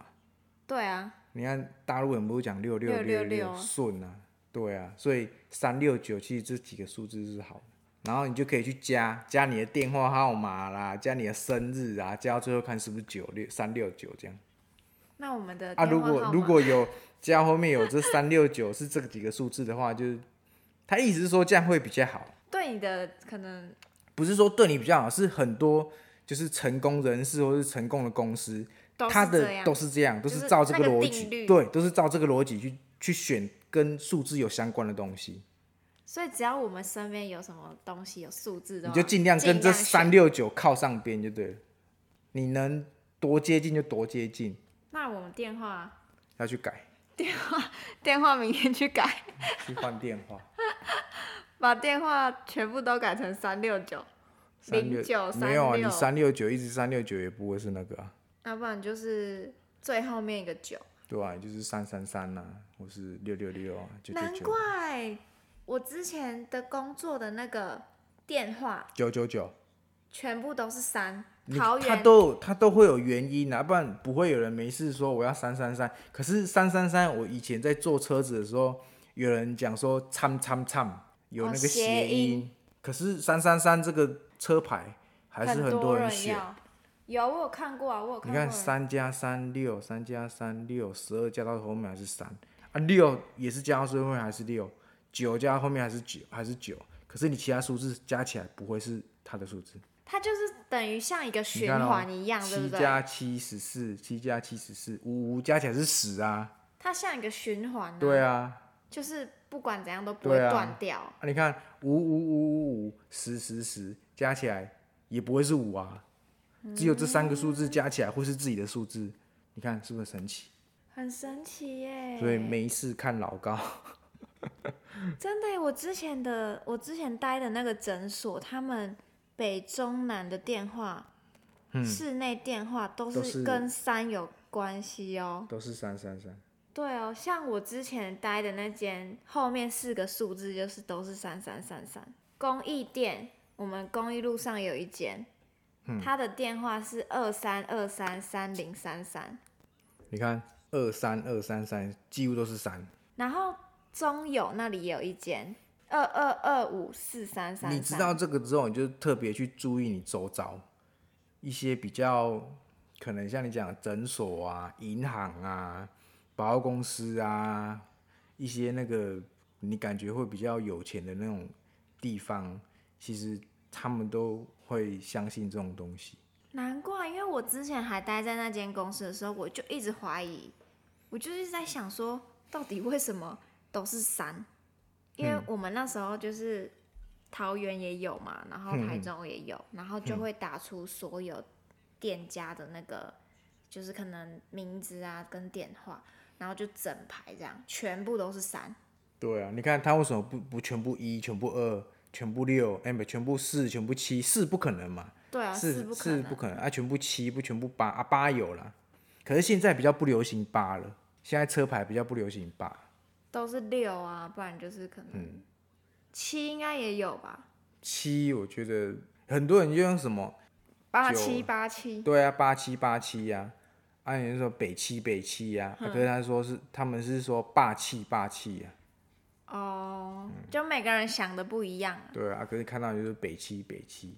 [SPEAKER 2] 对啊，
[SPEAKER 1] 你看大陆人不是讲六六六
[SPEAKER 2] 666
[SPEAKER 1] 顺啊？对啊，所以三六九其实这几个数字是好的，然后你就可以去加加你的电话号码啦，加你的生日啊，加到最后看是不是九六三六九这样
[SPEAKER 2] 那我们的
[SPEAKER 1] 啊。
[SPEAKER 2] 电
[SPEAKER 1] 如
[SPEAKER 2] 话
[SPEAKER 1] 果
[SPEAKER 2] 号
[SPEAKER 1] 如
[SPEAKER 2] 码
[SPEAKER 1] 果有加后面有这三六九是这几个数字的话，就是他意思是说这样会比较好，
[SPEAKER 2] 对你的可能
[SPEAKER 1] 不是说对你比较好，是很多就是成功人士或是成功的公司，
[SPEAKER 2] 都
[SPEAKER 1] 他
[SPEAKER 2] 是这
[SPEAKER 1] 的
[SPEAKER 2] 样，
[SPEAKER 1] 都是这样，都
[SPEAKER 2] 就是是
[SPEAKER 1] 照这
[SPEAKER 2] 那个
[SPEAKER 1] 逻
[SPEAKER 2] 定
[SPEAKER 1] 辑，
[SPEAKER 2] 律
[SPEAKER 1] 对，都是照这个逻辑去去选跟数字有相关的东西，
[SPEAKER 2] 所以只要我们身边有什么东西有数字
[SPEAKER 1] 你
[SPEAKER 2] 的话，
[SPEAKER 1] 就尽量跟这
[SPEAKER 2] 啊选
[SPEAKER 1] 三。六九靠上边就对了。你能多接近就多接近，
[SPEAKER 2] 那我们电话
[SPEAKER 1] 要去改，
[SPEAKER 2] 电话明天去改，
[SPEAKER 1] 去换电话。
[SPEAKER 2] 把电话全部都改成三六九
[SPEAKER 1] 三
[SPEAKER 2] 零
[SPEAKER 1] 六
[SPEAKER 2] 九三
[SPEAKER 1] 没有啊，你
[SPEAKER 2] 六，
[SPEAKER 1] 三六九一直三六九也不会是那个啊，
[SPEAKER 2] 要不然就是最后面一个九。
[SPEAKER 1] 对啊，就是三三三呐，或是六六六啊，九
[SPEAKER 2] 难
[SPEAKER 1] 九九
[SPEAKER 2] 怪我之前的工作的那个电话
[SPEAKER 1] 九九九。
[SPEAKER 2] 全部都是三，
[SPEAKER 1] 你
[SPEAKER 2] 桃
[SPEAKER 1] 他
[SPEAKER 2] 园
[SPEAKER 1] 都有他都会有原因啊，不然不会有人没事说我要三三三。可是三三三，我以前在坐车子的时候，有人讲说参参参，有
[SPEAKER 2] 哦
[SPEAKER 1] 那个
[SPEAKER 2] 谐
[SPEAKER 1] 谐
[SPEAKER 2] 音
[SPEAKER 1] 可是三三三这个车牌还是
[SPEAKER 2] 很
[SPEAKER 1] 多
[SPEAKER 2] 人
[SPEAKER 1] 选。
[SPEAKER 2] 要。有我有看过啊，我有
[SPEAKER 1] 你
[SPEAKER 2] 看过
[SPEAKER 1] 看
[SPEAKER 2] 人。
[SPEAKER 1] 三加三六，三加三六，十二加到后面还是三啊，六也是加到最后面还是六，九加到后面还是九还是九。可是你其他数字加起来不会是它的数字。
[SPEAKER 2] 它就是等于像一个
[SPEAKER 1] 你
[SPEAKER 2] 循
[SPEAKER 1] 看哦
[SPEAKER 2] 环一样，对
[SPEAKER 1] 七
[SPEAKER 2] 不对？
[SPEAKER 1] 加七十四，七加七十四，五五加起来是十啊。
[SPEAKER 2] 它像一个循环、啊。
[SPEAKER 1] 对啊，
[SPEAKER 2] 就是不管怎样都不会
[SPEAKER 1] 对啊
[SPEAKER 2] 断掉。
[SPEAKER 1] 啊你看五五五五五十十十加起来也不会是五啊，只有这三个数字加起来会是自己的数字。你看是不是很神奇？
[SPEAKER 2] 很神奇耶！
[SPEAKER 1] 所以没事看老高，
[SPEAKER 2] 真的耶，我之前的我之前待的那个诊所，他们北中南的电话，室内电话都
[SPEAKER 1] 嗯都是
[SPEAKER 2] 是跟三有关系哦。
[SPEAKER 1] 都是三三三。
[SPEAKER 2] 对哦，像我之前待的那间，后面四个数字就是都是三三三三。公益店，我们公益路上有一间，
[SPEAKER 1] 嗯
[SPEAKER 2] 它的电话是二三二三三零三三。
[SPEAKER 1] 你看二三二三三几乎都是三。
[SPEAKER 2] 然后中友那里也有一间二二二五四三三，
[SPEAKER 1] 你知道这个之后，你就特别去注意你周遭一些比较可能像你讲的诊所啊、银行啊、保货公司啊，一些那个你感觉会比较有钱的那种地方，其实他们都会相信这种东西。
[SPEAKER 2] 难怪，因为我之前还待在那间公司的时候，我就一直怀疑，我就是在想说，到底为什么都是三？因为我们那时候就是桃园也有嘛，然后台中也有，然后就会打出所有店家的那个，就是可能名字啊跟电话，然后就整排这样，全部都是三。
[SPEAKER 1] 对啊，你看他为什么不不全部一，全部二，全部六，哎，不，全部四，全部七，四不可能嘛，
[SPEAKER 2] 对啊，
[SPEAKER 1] 四
[SPEAKER 2] 是不可
[SPEAKER 1] 四
[SPEAKER 2] 能。
[SPEAKER 1] 不可能啊，全部七不全部八啊，八有啦，可是现在比较不流行八了，现在车牌比较不流行八，
[SPEAKER 2] 都是六啊，不然就是可能七应该也有吧，
[SPEAKER 1] 七我觉得很多人就用什么
[SPEAKER 2] 八
[SPEAKER 1] 九
[SPEAKER 2] 七八七，
[SPEAKER 1] 对啊，八七八七呀、啊，按、啊、人说北七北七呀、
[SPEAKER 2] 嗯
[SPEAKER 1] 啊可是他说是他们是说霸气霸气呀、
[SPEAKER 2] 哦，就每个人想的不一样啊，
[SPEAKER 1] 对啊，可是看到就是北七北七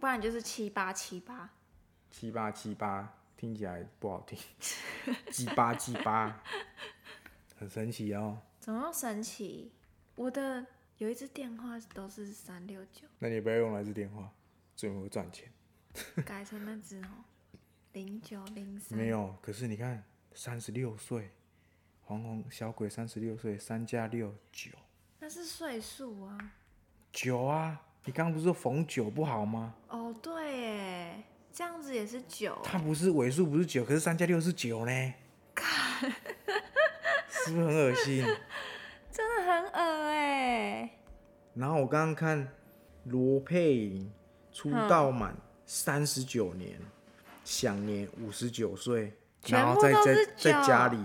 [SPEAKER 2] 不然就是七八七八，
[SPEAKER 1] 七八七八，听起来不好 听，鸡巴鸡巴，很神奇哦。
[SPEAKER 2] 怎么那么神奇？我的有一只电话都是三六九，
[SPEAKER 1] 那你不要用来这电话，最会赚钱。
[SPEAKER 2] 改成那只哦，零九零三，
[SPEAKER 1] 没有，可是你看，三十六岁，黄宏小鬼三十六岁，三加六九
[SPEAKER 2] 那是岁数啊。
[SPEAKER 1] 九啊！你刚刚不是说逢九不好吗？
[SPEAKER 2] 哦，对耶，这样子也是九，
[SPEAKER 1] 它不是尾数不是九，可是三加六是九呢。是不是很恶心？
[SPEAKER 2] 真的很恶哎。
[SPEAKER 1] 然后我刚刚看罗佩影出道满三十九年，享年五十九岁，
[SPEAKER 2] 全
[SPEAKER 1] 然后
[SPEAKER 2] 部
[SPEAKER 1] 在
[SPEAKER 2] 都
[SPEAKER 1] 在
[SPEAKER 2] 是
[SPEAKER 1] 在家
[SPEAKER 2] 酒
[SPEAKER 1] 里，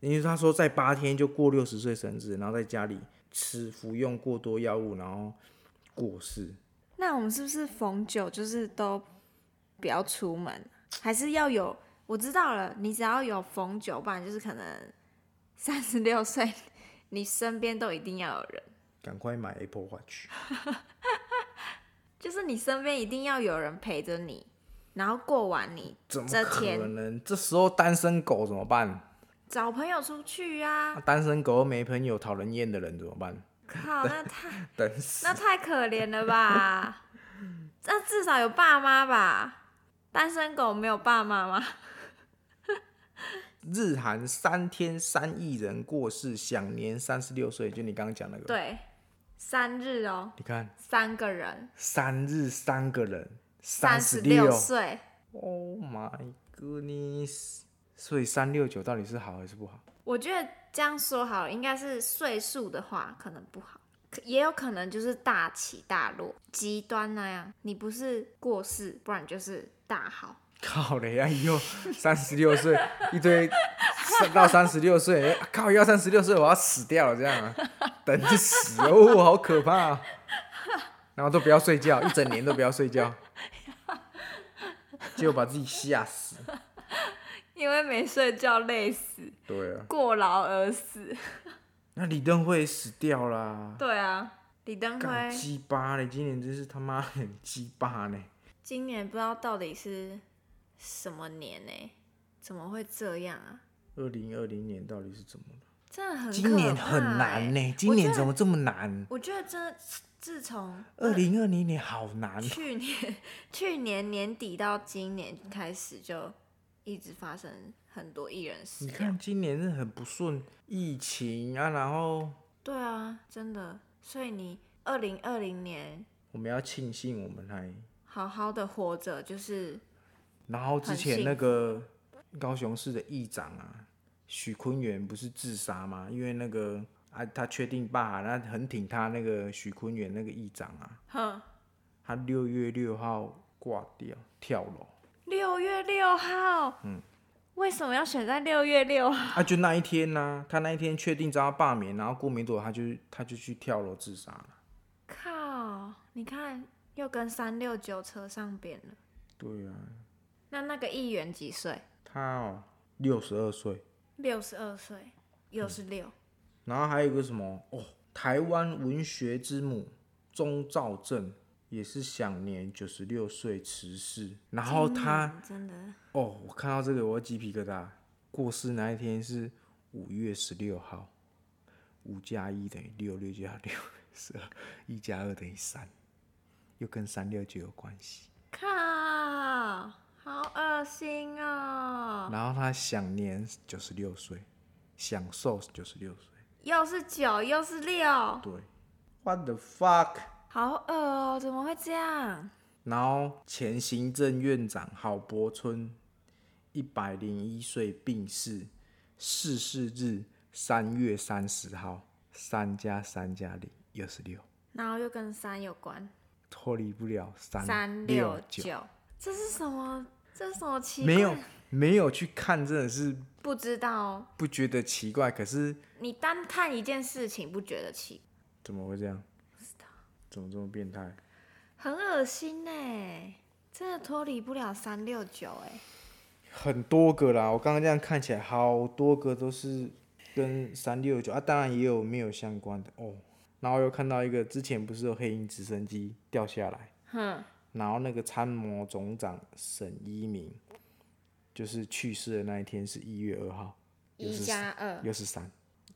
[SPEAKER 1] 因为他说在八天就过六十岁生日，然后在家里吃服用过多药物，然后过世。
[SPEAKER 2] 那我们是不是逢九就是都不要出门，还是要有？我知道了，你只要有逢九，不然就是可能三十六岁，你身边都一定要有人，
[SPEAKER 1] 赶快买 Apple Watch，
[SPEAKER 2] 就是你身边一定要有人陪着你，然后过完你
[SPEAKER 1] 怎么
[SPEAKER 2] 这
[SPEAKER 1] 可
[SPEAKER 2] 天，
[SPEAKER 1] 能？这时候单身狗怎么办？
[SPEAKER 2] 找朋友出去啊！
[SPEAKER 1] 啊单身狗又没朋友、讨人厌的人怎么办？
[SPEAKER 2] 靠， 那太
[SPEAKER 1] 等死
[SPEAKER 2] 那！太可怜了吧？那至少有爸妈吧？单身狗没有爸妈吗？
[SPEAKER 1] 日韩三天三亿人过世，享年三十六岁。就你刚刚讲那个，，
[SPEAKER 2] 对，三日哦，
[SPEAKER 1] 你看
[SPEAKER 2] 三个人。
[SPEAKER 1] 三日三个人，
[SPEAKER 2] 三
[SPEAKER 1] 十
[SPEAKER 2] 十六岁，
[SPEAKER 1] Oh my goodness！所以三六九到底是好还是不好？
[SPEAKER 2] 我觉得这样说好了，应该是岁数的话可能不好，可也有可能就是大起大落，极端那样。你不是过世，不然就是大好。
[SPEAKER 1] 靠嘞！哎 呦，三十六岁一堆到三十六岁，啊靠！要三十六岁我要死掉了这 样啊！等着死哦，好可怕、啊！然后都不要睡觉，一整年都不要睡 觉，结果把自己吓死。
[SPEAKER 2] 因为没睡觉累死，
[SPEAKER 1] 对啊，
[SPEAKER 2] 过劳而死。
[SPEAKER 1] 那李登辉死掉啦，
[SPEAKER 2] 对啊，李登
[SPEAKER 1] 干
[SPEAKER 2] 辉
[SPEAKER 1] 鸡巴嘞！今年真是他妈很鸡巴呢。
[SPEAKER 2] 今年不知道到底是什么年呢、怎么会这样啊？
[SPEAKER 1] 二零二零年到底是怎么了？
[SPEAKER 2] 真的很
[SPEAKER 1] 今年很
[SPEAKER 2] 可怕欸
[SPEAKER 1] 难呢、今年怎？么
[SPEAKER 2] 我觉得
[SPEAKER 1] 这么难？
[SPEAKER 2] 我觉得真的，自从
[SPEAKER 1] 二零二零年好难，
[SPEAKER 2] 去年 去年年底到今年开始就一直发生很多艺人死
[SPEAKER 1] 你
[SPEAKER 2] 掉。
[SPEAKER 1] 看今年是很不顺，疫情啊，然后
[SPEAKER 2] 对啊，真的。所以你二零二零年
[SPEAKER 1] 我们要庆幸我们还，
[SPEAKER 2] 好好的活着，就是
[SPEAKER 1] 然后之
[SPEAKER 2] 很幸
[SPEAKER 1] 前
[SPEAKER 2] 福
[SPEAKER 1] 那个高雄市的议长啊，许坤元不是自杀吗？因为那个啊，他确定爸，那很挺他那个许坤元那个议长啊，
[SPEAKER 2] 哼，
[SPEAKER 1] 他六月六号挂掉跳楼
[SPEAKER 2] 六月六号。嗯。为什么要选在六月六号？
[SPEAKER 1] 啊，就那一天呢、他那一天确定遭罢免，然后过没多久他就他就去跳楼自杀了。
[SPEAKER 2] 靠！你看，又跟三六九扯上边了。
[SPEAKER 1] 对啊，
[SPEAKER 2] 那那个议员几岁？
[SPEAKER 1] 他哦六十二岁。
[SPEAKER 2] 六十二岁，又是六。
[SPEAKER 1] 然后还有一个什么哦，台湾文学之母钟兆政也是享年九十六岁辞世。然后他
[SPEAKER 2] 嗯真的
[SPEAKER 1] 哦，我看到这个我鸡皮疙瘩。过世那一天是五月十六号，五加一等于六，六加六十二，一加二等于三，又跟三六九有关系。
[SPEAKER 2] 靠，好恶心哦！
[SPEAKER 1] 然后他享年九十六岁，享受九十六岁。
[SPEAKER 2] 又是九又是六，
[SPEAKER 1] 对，What the fuck？
[SPEAKER 2] 好恶哦、怎么会这样？
[SPEAKER 1] 然后前行政院长郝柏村一百零一岁病逝，逝世日三月三十号，三加三加零二十六，
[SPEAKER 2] 然后又跟三有关，
[SPEAKER 1] 脱离不了三
[SPEAKER 2] 三
[SPEAKER 1] 六九。
[SPEAKER 2] 九，这是什么？这是什么奇怪？
[SPEAKER 1] 没有没有去看，真的是
[SPEAKER 2] 不知道哦、
[SPEAKER 1] 不觉得奇怪，可是
[SPEAKER 2] 你单看一件事情不觉得奇，
[SPEAKER 1] 怎么会这样？怎么这么变态？
[SPEAKER 2] 很恶心呢、真的脱离不了三六九哎。
[SPEAKER 1] 很多个啦，我刚刚这样看起来，好多个都是跟三六九啊，当然也有没有相关的哦。然后又看到一个，之前不是有黑鹰直升机掉下来，
[SPEAKER 2] 哼，
[SPEAKER 1] 然后那个参谋总长沈一鸣，就是去世的那一天是一月二号，又
[SPEAKER 2] 一
[SPEAKER 1] 是
[SPEAKER 2] 加二，
[SPEAKER 1] 又是三，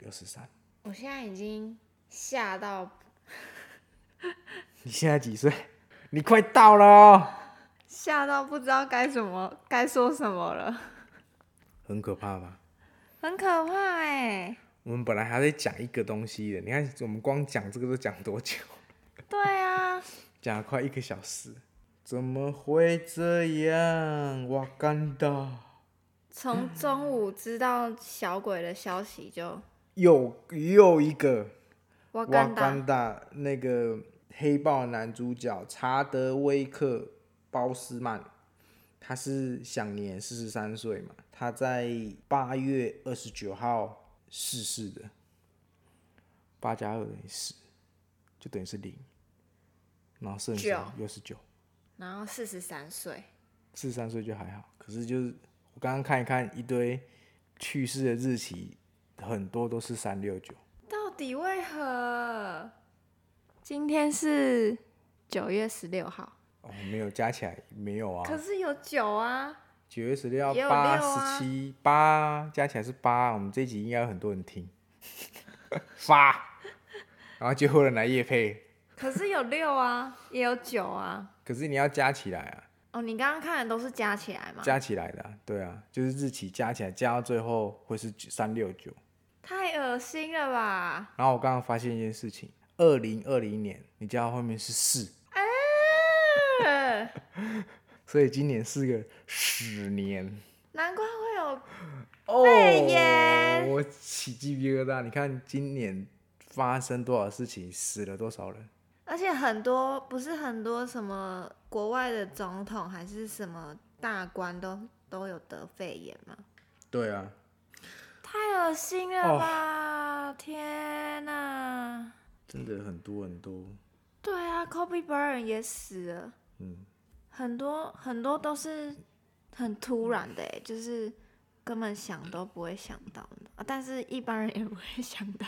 [SPEAKER 1] 又是三。
[SPEAKER 2] 我现在已经吓到
[SPEAKER 1] 你现在几岁？你快到了哦，
[SPEAKER 2] 吓到不知道该怎么该说什么了，
[SPEAKER 1] 很可怕吧？
[SPEAKER 2] 很可怕哎、
[SPEAKER 1] 我们本来还在讲一个东西的，你看我们光讲这个都讲多久？
[SPEAKER 2] 对啊，
[SPEAKER 1] 讲了快一个小时，怎么会这样？瓦干达
[SPEAKER 2] 从中午知道小鬼的消息就
[SPEAKER 1] 又又一个
[SPEAKER 2] 我
[SPEAKER 1] 瓦
[SPEAKER 2] 干达
[SPEAKER 1] 干达那个黑豹男主角查德威克·鲍斯曼，他是享年四十三岁嘛，他在八月二十九号逝世的，八加二等于十，就等于是零，然后剩下又是九。
[SPEAKER 2] 然后四十三岁，
[SPEAKER 1] 四十三岁就还好，可是就是我刚刚看一看一堆去世的日期，很多都是三六九。
[SPEAKER 2] 到底为何？今天是九月十六号，
[SPEAKER 1] 哦，没有加起来没有啊
[SPEAKER 2] 可，是有九啊，
[SPEAKER 1] 九月十六号
[SPEAKER 2] 也有
[SPEAKER 1] 八
[SPEAKER 2] 六啊
[SPEAKER 1] 十七八加起来是八，我们这一集应该有很多人听，发，然后就有人来夜配，
[SPEAKER 2] 可是有六啊，也有九啊。
[SPEAKER 1] 可是你要加起来啊，
[SPEAKER 2] 哦，你刚刚看的都是加起来吗？
[SPEAKER 1] 加起来的啊、对啊，就是日期加起来加到最后会是三六九。
[SPEAKER 2] 太恶心了吧！
[SPEAKER 1] 然后我刚刚发现一件事情，二零二零年你加到后面是四，
[SPEAKER 2] 呃
[SPEAKER 1] 所以今年是个屎年。
[SPEAKER 2] 难怪会有
[SPEAKER 1] 哦
[SPEAKER 2] 肺炎
[SPEAKER 1] 我起鸡皮疙瘩。你看今年发生多少事情，死了多少人？
[SPEAKER 2] 而且很多不是很多什么国外的总统还是什么大官都都有得肺炎吗？
[SPEAKER 1] 对啊，
[SPEAKER 2] 太恶心了吧！天哪！
[SPEAKER 1] 真的很多很多。
[SPEAKER 2] 对啊，Kobe Bryant 也死了，
[SPEAKER 1] 嗯，
[SPEAKER 2] 很多很多都是很突然的欸，就是根本想都不会想到的。啊但是一般人也不会想到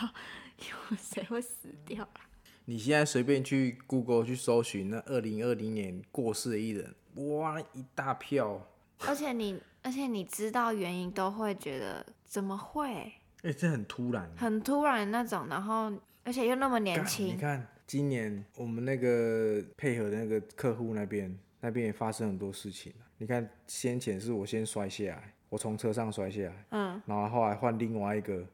[SPEAKER 2] 有谁会死掉啊。
[SPEAKER 1] 你现在随便去 Google 去搜寻那二零二零年过世的艺人，哇，一大票。
[SPEAKER 2] 而且你，而且你知道原因都会觉得怎么会？
[SPEAKER 1] 哎、这很突然。
[SPEAKER 2] 很突然那种，然后而且又那么年
[SPEAKER 1] 干你
[SPEAKER 2] 轻，
[SPEAKER 1] 看，今年我们那个配合的那个客户那边，那边也发生很多事情啊。你看，先前是我先摔下来，我从车上摔下来，
[SPEAKER 2] 嗯，
[SPEAKER 1] 然后后来换另外一个，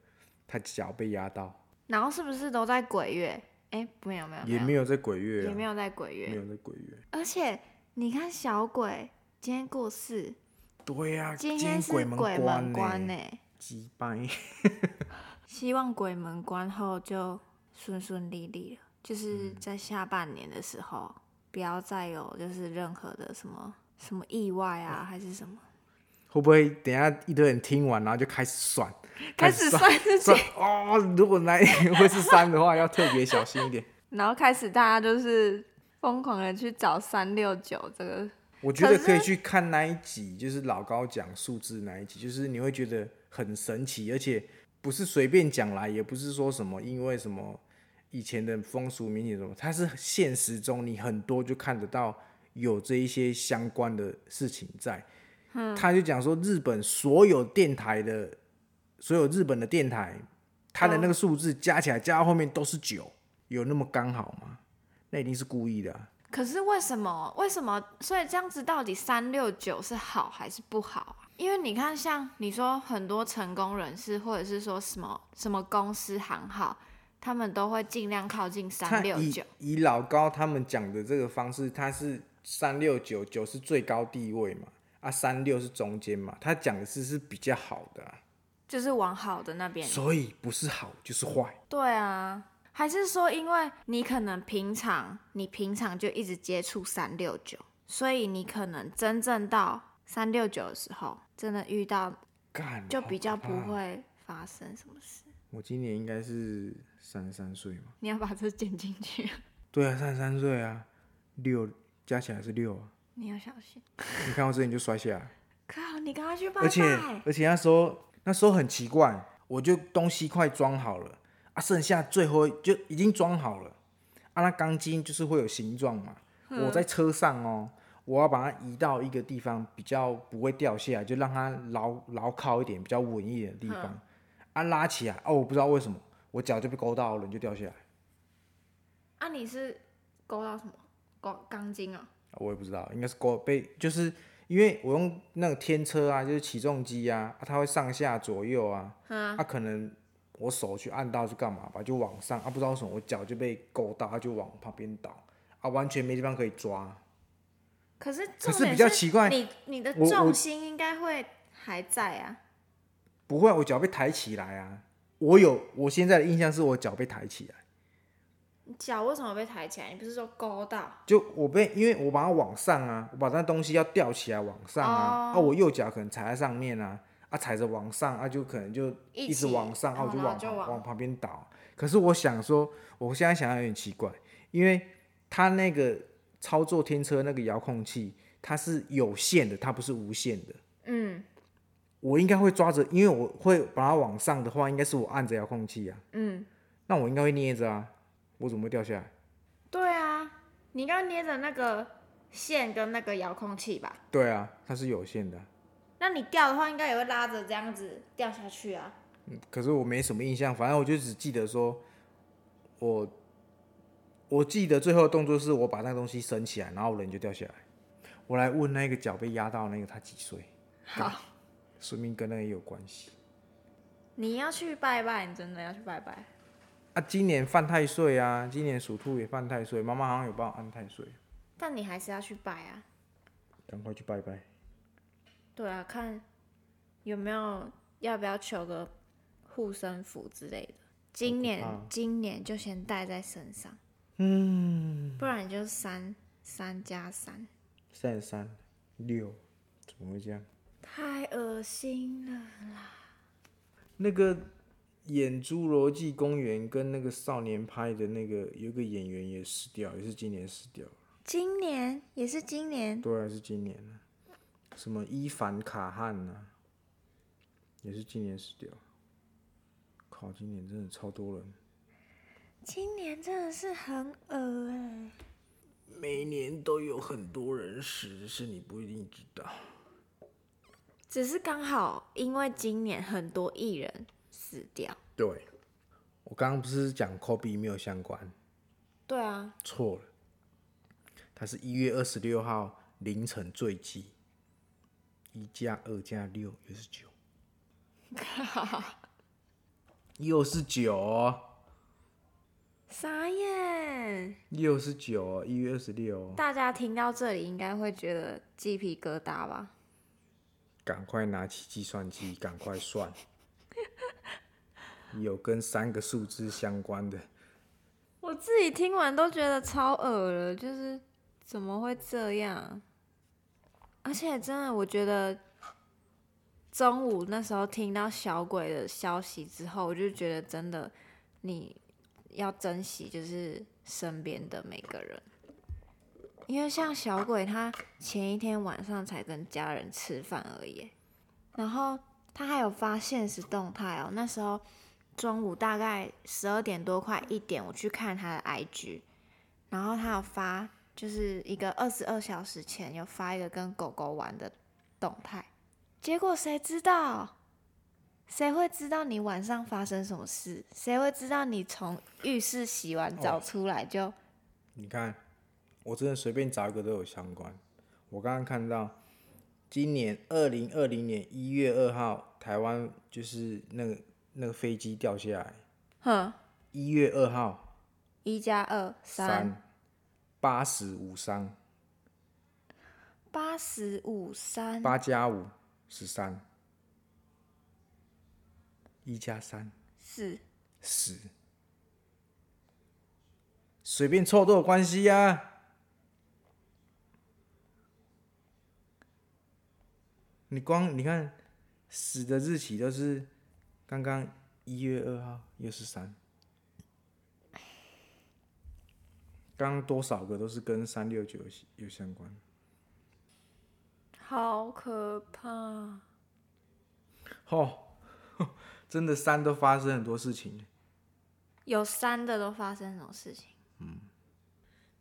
[SPEAKER 1] 他脚被压到，
[SPEAKER 2] 然后是不是都在鬼月？哎，没有没有
[SPEAKER 1] 也没
[SPEAKER 2] 有
[SPEAKER 1] 有在鬼月、啊，
[SPEAKER 2] 也没有在鬼
[SPEAKER 1] 没
[SPEAKER 2] 月，
[SPEAKER 1] 有在鬼月。
[SPEAKER 2] 而且你看小鬼今天过世，
[SPEAKER 1] 对呀、
[SPEAKER 2] 今天
[SPEAKER 1] 啊
[SPEAKER 2] 是
[SPEAKER 1] 鬼
[SPEAKER 2] 鬼
[SPEAKER 1] 关
[SPEAKER 2] 门关呢、
[SPEAKER 1] 欸击败。
[SPEAKER 2] 希望鬼门关后就顺顺利利了，就是
[SPEAKER 1] 嗯
[SPEAKER 2] 在下半年的时候，不要再有就是任何的什么什么意外啊，还是什么
[SPEAKER 1] 会不会等一下一堆人听完，然后就开始算，
[SPEAKER 2] 开始
[SPEAKER 1] 算
[SPEAKER 2] 算自己
[SPEAKER 1] 算，哦？如果那一天会是三的话，要特别小心一点。
[SPEAKER 2] 然后开始大家就是疯狂的去找三六九这个，
[SPEAKER 1] 我觉得可以去看那一集，就是老高讲数字那一集，就是你会觉得很神奇，而且不是随便讲来，也不是说什么因为什么以前的风俗民情什么，它是现实中你很多就看得到有这一些相关的事情在。他就讲说，日本所有电台的所有日本的电台，它的那个数字加起来加到后面都是九，有那么刚好吗？那一定是故意的啊、
[SPEAKER 2] 可是为什么？为什么？所以这样子到底三六九是好还是不好啊？因为你看，像你说很多成功人士，或者是说什么什么公司行号，他们都会尽量靠近
[SPEAKER 1] 他
[SPEAKER 2] 三六
[SPEAKER 1] 以
[SPEAKER 2] 九，
[SPEAKER 1] 以老高他们讲的这个方式，他是三六九九是最高地位嘛，啊三六是中间嘛，他讲的是是比较好的啊、
[SPEAKER 2] 就是往好的那边。
[SPEAKER 1] 所以不是好就是坏。
[SPEAKER 2] 对啊，还是说因为你可能平常你平常就一直接触三六九，所以你可能真正到三六九的时候，真的遇到
[SPEAKER 1] 干
[SPEAKER 2] 就比较不。
[SPEAKER 1] 好可怕
[SPEAKER 2] 会发生什么事。
[SPEAKER 1] 我今年应该是三十三岁嘛，
[SPEAKER 2] 你要把这剪进去，
[SPEAKER 1] 对啊，三十三岁啊，六加起来是六啊。
[SPEAKER 2] 你要小心。
[SPEAKER 1] 你看我之前就摔下来，
[SPEAKER 2] 靠，你赶快去拜
[SPEAKER 1] 而且
[SPEAKER 2] 拜。
[SPEAKER 1] 而且那时候那时候很奇怪，我就东西快装好了啊，剩下最后就已经装好了啊，那钢筋就是会有形状嘛。
[SPEAKER 2] 嗯
[SPEAKER 1] 我在车上哦，我要把它移到一个地方比较不会掉下来，就让它牢牢靠一点，比较稳一点的地
[SPEAKER 2] 嗯
[SPEAKER 1] 方。啊，拉起来哦，我不知道为什么我脚就被勾到了，人就掉下来，
[SPEAKER 2] 啊，你是勾到什么？勾钢筋啊？
[SPEAKER 1] 我也不知道，应该是勾被，就是因为我用那个天车啊，就是起重机啊，啊它会上下左右啊，
[SPEAKER 2] 嗯，
[SPEAKER 1] 啊，可能我手去按到是干嘛吧，就往上啊，不知道为什么我脚就被勾到，它啊就往旁边倒啊，完全没地方可以抓。
[SPEAKER 2] 可是
[SPEAKER 1] 可
[SPEAKER 2] 重
[SPEAKER 1] 是
[SPEAKER 2] 点
[SPEAKER 1] 比较奇怪
[SPEAKER 2] 你你的
[SPEAKER 1] 我我
[SPEAKER 2] 重心应该会还在啊。
[SPEAKER 1] 不会啊，我脚被抬起来啊！我有我现在的印象是我脚被抬起来，
[SPEAKER 2] 你脚为什么被抬起来？你不是说勾到？
[SPEAKER 1] 就我被因为我把它往上啊，我把那东西要吊起来往上啊，啊，
[SPEAKER 2] 哦
[SPEAKER 1] 我右脚可能踩在上面啊，啊踩着往上啊，就可能就
[SPEAKER 2] 一
[SPEAKER 1] 一直
[SPEAKER 2] 起
[SPEAKER 1] 往上，啊，
[SPEAKER 2] 然
[SPEAKER 1] 我
[SPEAKER 2] 后
[SPEAKER 1] 就
[SPEAKER 2] 然后
[SPEAKER 1] 往
[SPEAKER 2] 就
[SPEAKER 1] 旁
[SPEAKER 2] 往
[SPEAKER 1] 往旁边倒。可是我想说，我现在想想有点奇怪，因为它那个操作天车那个遥控器，它是有线的，它不是无线的。
[SPEAKER 2] 嗯
[SPEAKER 1] 我应该会抓着，因为我会把它往上的话，应该是我按着遥控器啊，
[SPEAKER 2] 嗯，
[SPEAKER 1] 那我应该会捏着啊，我怎么会掉下来？
[SPEAKER 2] 对啊，你刚刚捏着那个线跟那个遥控器吧？
[SPEAKER 1] 对啊，它是有线的啊，
[SPEAKER 2] 那你掉的话，应该也会拉着这样子掉下去啊。
[SPEAKER 1] 可是我没什么印象，反正我就只记得说，我我记得最后的动作是我把那个东西升起来，然后我人就掉下来。我来问那个脚被压到的那个他几岁？
[SPEAKER 2] 好，
[SPEAKER 1] 说明跟那个也有关系。
[SPEAKER 2] 你要去拜拜，你真的要去拜拜。
[SPEAKER 1] 啊，今年犯太岁啊，今年属兔也犯太岁，妈妈好像有帮我安太岁，
[SPEAKER 2] 但你还是要去拜啊。
[SPEAKER 1] 赶快去拜拜。
[SPEAKER 2] 对啊，看有没有要不要求个护身符之类的。今年、
[SPEAKER 1] 怕
[SPEAKER 2] 今年就先带在身上，嗯，不然你就三三加三，
[SPEAKER 1] 三十三六，怎么会这样？
[SPEAKER 2] 太恶心了。
[SPEAKER 1] 那个演《侏罗纪公园》跟那个少年派的那个有一个演员也死掉，也是今年死掉。
[SPEAKER 2] 今年也是今年，
[SPEAKER 1] 对啊，是今年啊什么伊凡卡汉呐、啊，也是今年死掉。靠，今年真的超多人，
[SPEAKER 2] 今年真的是很恶哎、
[SPEAKER 1] 每年都有很多人死，只是你不一定知道。
[SPEAKER 2] 只是刚好因为今年很多艺人死掉。
[SPEAKER 1] 对，我刚刚不是讲 Kobe 没有相关，
[SPEAKER 2] 对啊，
[SPEAKER 1] 错了，他是一月二十六号凌晨坠机，一加二加六也是 九，又是九、哦。
[SPEAKER 2] 傻眼！
[SPEAKER 1] 六十九，哦一月二十六，
[SPEAKER 2] 大家听到这里应该会觉得鸡皮疙瘩吧？
[SPEAKER 1] 赶快拿起计算机，赶快算。 有跟三个数字相关的，
[SPEAKER 2] 我自己听完都觉得超恶了，就是怎么会这样？而且真的，我觉得中午那时候听到小鬼的消息之后，我就觉得真的你要珍惜，就是身边的每个人。因为像小鬼，他前一天晚上才跟家人吃饭而已耶，然后他还有发现实动态哦。那时候中午大概十二点多快一点，我去看他的 IG，然后他有发就是一个二十二小时前有发一个跟狗狗玩的动态，结果谁知道？谁会知道你晚上发生什么事？谁会知道你从浴室洗完
[SPEAKER 1] 哦
[SPEAKER 2] 澡出来就
[SPEAKER 1] 你看，我真的随便找一个都有相关。我刚刚看到，今年二零二零年一月二号，台湾就是那个那个飞机掉下来，
[SPEAKER 2] 哼，
[SPEAKER 1] 一月二号
[SPEAKER 2] 一加二三
[SPEAKER 1] 三八十五伤，
[SPEAKER 2] 八十五三
[SPEAKER 1] 八加五十三，一加三
[SPEAKER 2] 四，
[SPEAKER 1] 十，随便凑都有关系呀、你光你看死的日期都是刚刚一月二号，又是三，刚刚多少个都是跟三六九有相关。
[SPEAKER 2] 好可怕！
[SPEAKER 1] 哦， 真的三都发生很多事情。
[SPEAKER 2] 有三的都发生什么事情？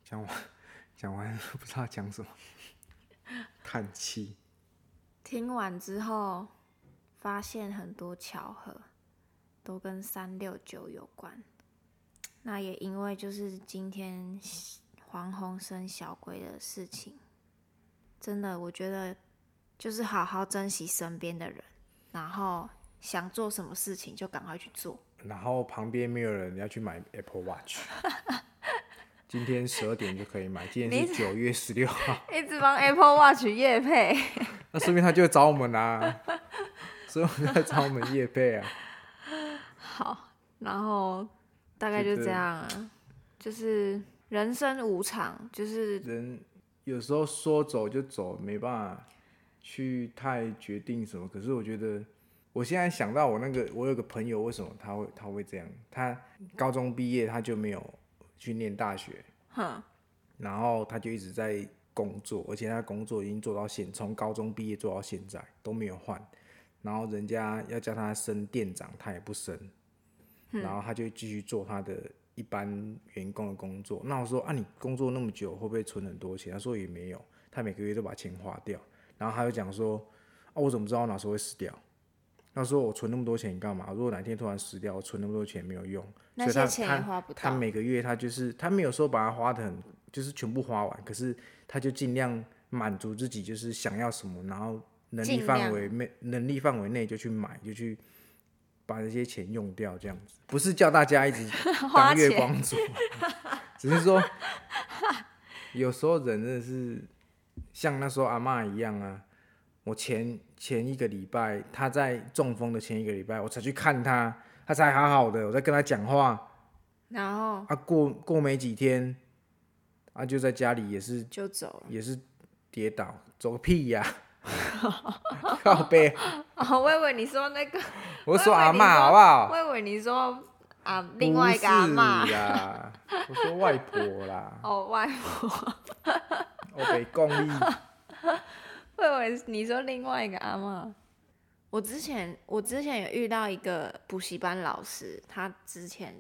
[SPEAKER 1] 讲完讲完不知道讲什么，叹气。
[SPEAKER 2] 听完之后，发现很多巧合都跟三六九有关。那也因为就是今天黄宏生小鬼的事情，真的我觉得就是好好珍惜身边的人，然后想做什么事情就赶快去做。
[SPEAKER 1] 然后旁边没有人要去买 Apple Watch，今天十二点就可以买，今天是九月十六号，
[SPEAKER 2] 一直帮 Apple Watch 夜配，
[SPEAKER 1] 那说明他就会找我们啊啦、所以我们在找我们叶贝啊。
[SPEAKER 2] 然后大概就这样啊，就是人生无常，就是
[SPEAKER 1] 人有时候说走就走，没办法去太决定什么。可是我觉得，我现在想到我那个，我有个朋友，为什么他会他会这样？他高中毕业他就没有去念大学，
[SPEAKER 2] 哼，
[SPEAKER 1] 然后他就一直在工作，而且他工作已经做到现，从高中毕业做到现在都没有换。然后人家要叫他升店长，他也不升，
[SPEAKER 2] 嗯
[SPEAKER 1] 然后他就继续做他的一般员工的工作。那我说啊，你工作那么久，会不会存很多钱？他说也没有，他每个月都把钱花掉。然后他就讲说，啊，我怎么知道我哪时候会死掉？他说我存那么多钱干嘛？如果哪天突然死掉，我存那么多钱没有用，
[SPEAKER 2] 那
[SPEAKER 1] 所以
[SPEAKER 2] 些
[SPEAKER 1] 他
[SPEAKER 2] 钱
[SPEAKER 1] 他
[SPEAKER 2] 也花不
[SPEAKER 1] 他
[SPEAKER 2] 到
[SPEAKER 1] 每个月他就是他没有说把它花的很，就是全部花完，可是他就尽量满足自己，就是想要什么，然后能力
[SPEAKER 2] 尽
[SPEAKER 1] 范
[SPEAKER 2] 量
[SPEAKER 1] 围内能力范围内就去买，就去把这些钱用掉，这样子不是叫大家一直
[SPEAKER 2] 花
[SPEAKER 1] 当月
[SPEAKER 2] 钱
[SPEAKER 1] 光族，啊 只是说有时候人真的是像那时候阿嬷一样啊。我前前一个礼拜，他在中风的前一个礼拜，我才去看他，他才好好的，我在跟他讲话，
[SPEAKER 2] 然后
[SPEAKER 1] 啊，过过没几天，啊，就在家里也是
[SPEAKER 2] 就走了。
[SPEAKER 1] 也是跌倒，走个屁 呀、靠背，
[SPEAKER 2] 哦，我以为你说那个，
[SPEAKER 1] 我说
[SPEAKER 2] 我以为
[SPEAKER 1] 阿
[SPEAKER 2] 你
[SPEAKER 1] 妈
[SPEAKER 2] 说
[SPEAKER 1] 好不好？
[SPEAKER 2] 我以为你说啊，另外一个阿
[SPEAKER 1] 不
[SPEAKER 2] 嬷，
[SPEAKER 1] 是啦，我说外婆啦
[SPEAKER 2] 哦，外婆，
[SPEAKER 1] 我被公益，
[SPEAKER 2] 我以为你说另外一个阿嬷。我之前我之前也遇到一个补习班老师，他之前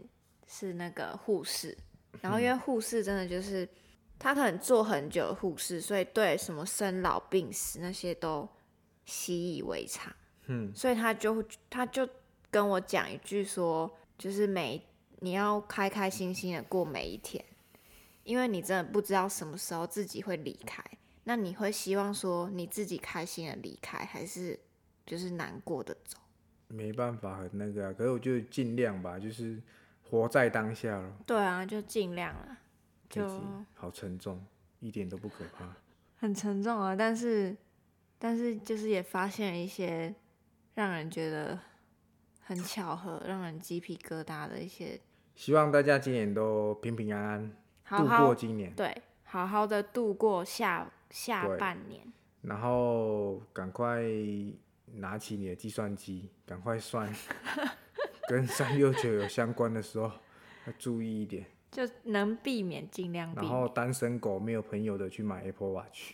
[SPEAKER 2] 是那个护士，然后因为护士真的就是他可能做很久的护士，所以对什么生老病死那些都习以为常。
[SPEAKER 1] 嗯，
[SPEAKER 2] 所以他就他就跟我讲一句说，就是每你要开开心心的过每一天，因为你真的不知道什么时候自己会离开。那你会希望说你自己开心的离开，还是就是难过的走？
[SPEAKER 1] 没办法，很那个啊。可是我就尽量吧，就是活在当下咯。
[SPEAKER 2] 对啊，就尽量了，
[SPEAKER 1] 这集
[SPEAKER 2] 就
[SPEAKER 1] 好沉重，一点都不可怕。
[SPEAKER 2] 很沉重啊。但是但是就是也发现了一些让人觉得很巧合、让人鸡皮疙瘩的一些
[SPEAKER 1] 希望大家今年都平平安安
[SPEAKER 2] 好
[SPEAKER 1] 度
[SPEAKER 2] 好
[SPEAKER 1] 过今年，
[SPEAKER 2] 对，好好的度过下下
[SPEAKER 1] 对
[SPEAKER 2] 半年。
[SPEAKER 1] 然后赶快拿起你的计算机，赶快算跟三六九有相关的时候要注意一点。
[SPEAKER 2] 就能避免尽量避
[SPEAKER 1] 然
[SPEAKER 2] 免。
[SPEAKER 1] 后单身狗没有朋友的去买 Apple Watch。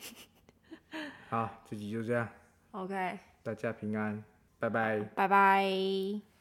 [SPEAKER 1] 好，这集就这样，
[SPEAKER 2] OK，
[SPEAKER 1] 大家平安，拜拜。
[SPEAKER 2] 拜拜。